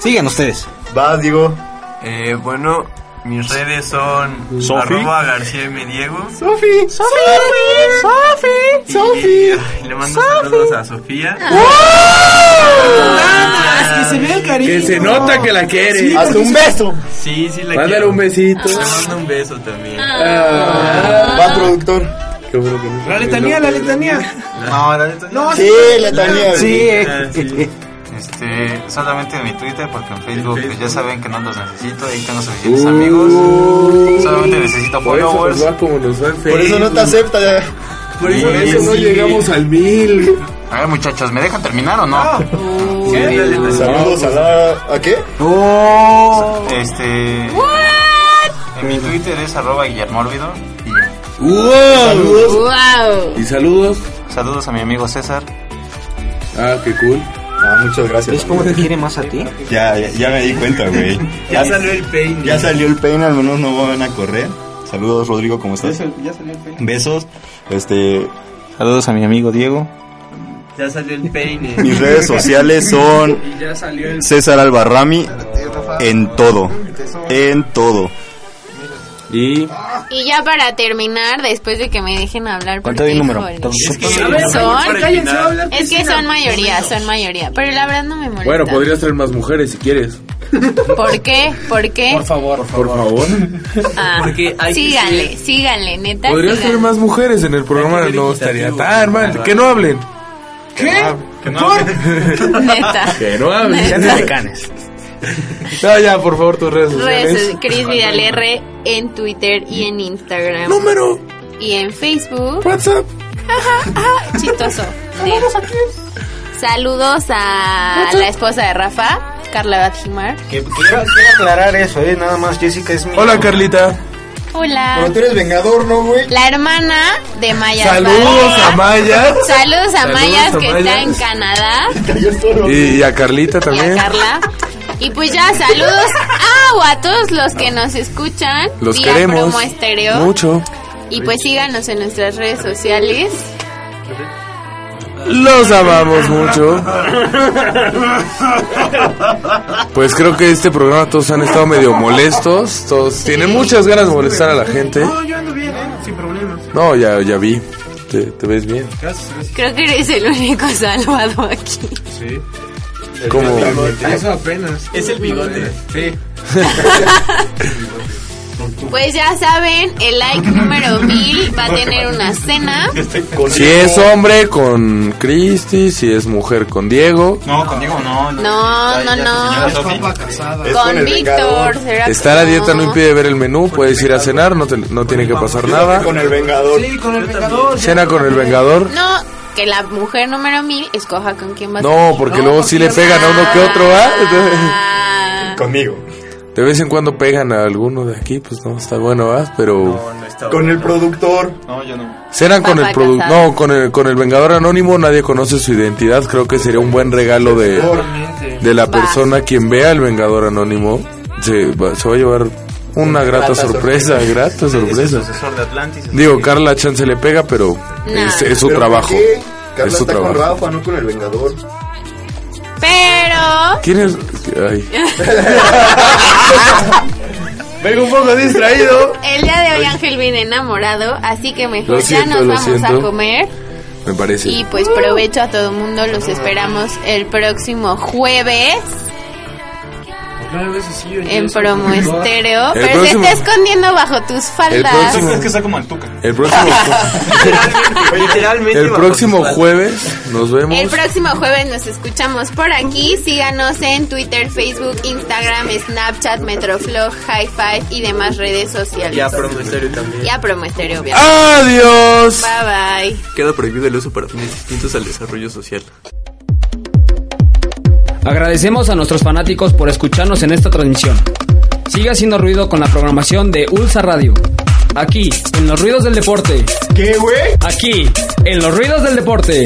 S3: Sigan ustedes.
S8: Vas, digo.
S4: *laughs* Eh, bueno, mis redes son
S8: Sofi.
S4: arroba García M. Diego.
S8: Sofi.
S4: Y- y, ay, le mando saludos a Sofía.
S10: Ah, que se ve el cariño.
S5: Que se nota que la quiere.
S8: Hazte un beso.
S4: Sí, sí la
S5: Mándale
S4: quiero.
S5: un besito.
S4: Le mando un beso también.
S8: Va, productor.
S5: Qué bueno que no-
S10: La letanía, la letanía.
S4: No, la neta no.
S8: Sí, la Tania.
S3: Sí, eh,
S4: Ah, *laughs* sí.
S3: eh,
S11: Este, solamente en mi Twitter, porque en Facebook, pues,
S4: En
S11: ya
S4: Facebook.
S11: saben que no los necesito, ahí tengo
S8: Uh.
S11: suficientes amigos. Solamente necesito
S5: Uh. Por eso nos
S11: followers.
S8: pues,
S5: va como nos va en
S8: Por eso no te
S5: Facebook.
S8: acepta.
S5: Por eso,
S11: Sí,
S5: no
S11: sí.
S5: llegamos al mil.
S11: A ver, muchachos, ¿me dejan terminar o
S4: Ah.
S11: no?
S8: Saludos a la. ¿A qué?
S11: Este. En mi Twitter es arroba guillermórbido. Y
S5: Saludos.
S7: ¡Wow!
S5: Y saludos.
S11: saludos a mi amigo César.
S5: Ah, qué cool.
S8: Ah, muchas gracias.
S3: ¿Ves cómo te quiere más a ti?
S8: Ya, ya, ya me di cuenta, güey.
S4: Ya salió el peine.
S8: Ya salió el peine, al menos no van a correr. Saludos, Rodrigo, ¿cómo estás? Besos. Este,
S11: Saludos a mi amigo Diego.
S4: Ya salió el peine.
S8: mis redes sociales son
S1: Ya salió el...
S8: César Albarrami en todo. En todo.
S5: Y
S7: Y ya para terminar, después de que me dejen hablar.
S3: ¿Cuánto doy el número?
S7: híjole,
S3: Entonces,
S7: son,
S4: Cállense, habla.
S7: es que son mayoría, son mayoría. Pero la verdad no me molesta.
S5: bueno, podrías traer más mujeres si quieres.
S7: ¿Por qué? ¿por qué?
S2: Por favor, por
S5: Por
S2: favor.
S5: favor.
S7: Ah,
S4: Porque hay que
S7: síganle, síganle, neta.
S5: Podrías
S7: síganle.
S5: traer más mujeres en el programa.
S4: Hay que ser
S5: No estaría
S4: equitativo.
S5: tan mal. Que no hablen. ¿Qué?
S4: Que no
S5: *laughs*
S4: hable.
S7: Neta.
S5: Que no hablen.
S7: Ya no te
S5: No, *laughs* ya, por favor, tus redes
S7: Redes,
S5: sociales.
S7: Cris Vidal R en Twitter y en Instagram.
S5: Número,
S7: Y en Facebook.
S5: WhatsApp.
S7: Ah, chistoso. Saludos a la esposa de Rafa, Carla Badjimar.
S3: que- quiero, quiero aclarar eso, eh, nada más Jessica es mi...
S5: Hola, Carlita.
S7: Hola.
S8: eres vengador, ¿no, güey?
S7: La hermana de Maya.
S5: Saludos
S7: Badjimar.
S5: a Maya.
S7: Saludos a
S5: Saludos
S7: Mayas
S5: a
S7: que está en
S5: Mayas.
S7: Canadá
S5: *laughs* Y, y a
S7: y
S5: Carlita
S7: a
S5: también.
S7: Carla. Y pues ya, saludos ah, o a todos los que nos escuchan.
S5: Los
S7: vía
S5: queremos.
S7: Promo Estéreo.
S5: Mucho.
S7: Y pues síganos en nuestras redes sociales.
S5: Los amamos mucho. Pues creo que este programa todos han estado medio molestos. Todos tienen muchas ganas de molestar a la gente. No, yo ando bien, ¿eh? sin problemas. No, ya, ya vi. Te, te ves bien.
S7: Creo que eres el único salvado aquí.
S5: Como
S2: Eso apenas.
S4: Es el bigote.
S2: Sí.
S7: Pues ya saben, el like número 1000 va a tener una cena.
S5: si es hombre con Cristi, si es mujer con Diego.
S11: No, conmigo no.
S7: No, no, no.
S8: Es con
S7: Con
S8: el
S7: Víctor.
S8: vengador.
S7: será
S5: Estar a
S7: como-
S5: dieta no impide ver el menú. Puedes ir a cenar, no, te- no tiene que pasar nada.
S8: Con el vengador.
S2: con el vengador.
S5: Cena con el Vengador.
S7: No, que la mujer número 1000 escoja con quién va a
S5: No, porque luego sí le pegan a uno que otro, ¿va?
S7: Ah.
S8: Conmigo.
S5: De vez en cuando pegan a alguno de aquí, pues no está bueno, ¿vas? Pero
S4: No, no está
S8: Con
S4: bueno.
S8: el productor.
S11: No, yo no.
S5: cenan con
S7: Papá
S5: el producto,
S7: casado.
S5: no, con el con el vengador anónimo, nadie conoce su identidad, creo que sería un buen regalo de de la
S7: Va.
S5: persona quien vea al vengador anónimo, se va, se va a llevar una grata sorpresa, grata sorpresa.
S11: Profesor de Atlantis.
S5: Digo, Carla Chance le pega, pero
S7: Nah.
S5: es, es su
S8: ¿Pero
S5: trabajo.
S8: por qué? Carla
S5: Es su
S8: está con
S5: trabajo.
S8: Rafa, no con el vengador.
S7: Pero
S5: ¿Quién es? Ay,
S2: Vengo un poco distraído.
S7: el día de hoy Ángel viene enamorado, así que mejor
S5: Lo
S7: ya
S5: siento,
S7: nos
S5: lo
S7: vamos a
S5: siento.
S7: comer.
S5: me
S7: Y
S5: parece.
S7: pues provecho a todo el mundo, los esperamos el próximo jueves.
S2: Nueve veces sí, oye,
S7: en
S2: eso.
S7: promo estéreo,
S5: El
S7: pero
S5: próximo-
S7: se está escondiendo bajo tus faldas.
S5: próximo- Es que
S9: está como el Tuca.
S7: *laughs*
S5: El próximo,
S4: Literalmente.
S5: el
S4: bajo
S5: próximo
S4: tus patas.
S5: jueves nos vemos.
S7: El próximo jueves nos escuchamos por aquí. Síganos en Twitter, Facebook, Instagram, Snapchat, Metroflog, Hi-Fi y demás redes sociales.
S4: Ya, promo estéreo también.
S7: Y a Promo Estéreo, obviamente.
S5: ¡Ah, ¡Adiós!
S7: Bye bye.
S4: Queda prohibido el uso para fines distintos al desarrollo social.
S1: Agradecemos a nuestros fanáticos por escucharnos en esta transmisión. Sigue haciendo ruido con la programación de Ulsa Radio. Aquí, en los ruidos del deporte. ¿Qué, güey? Aquí, en los ruidos del deporte.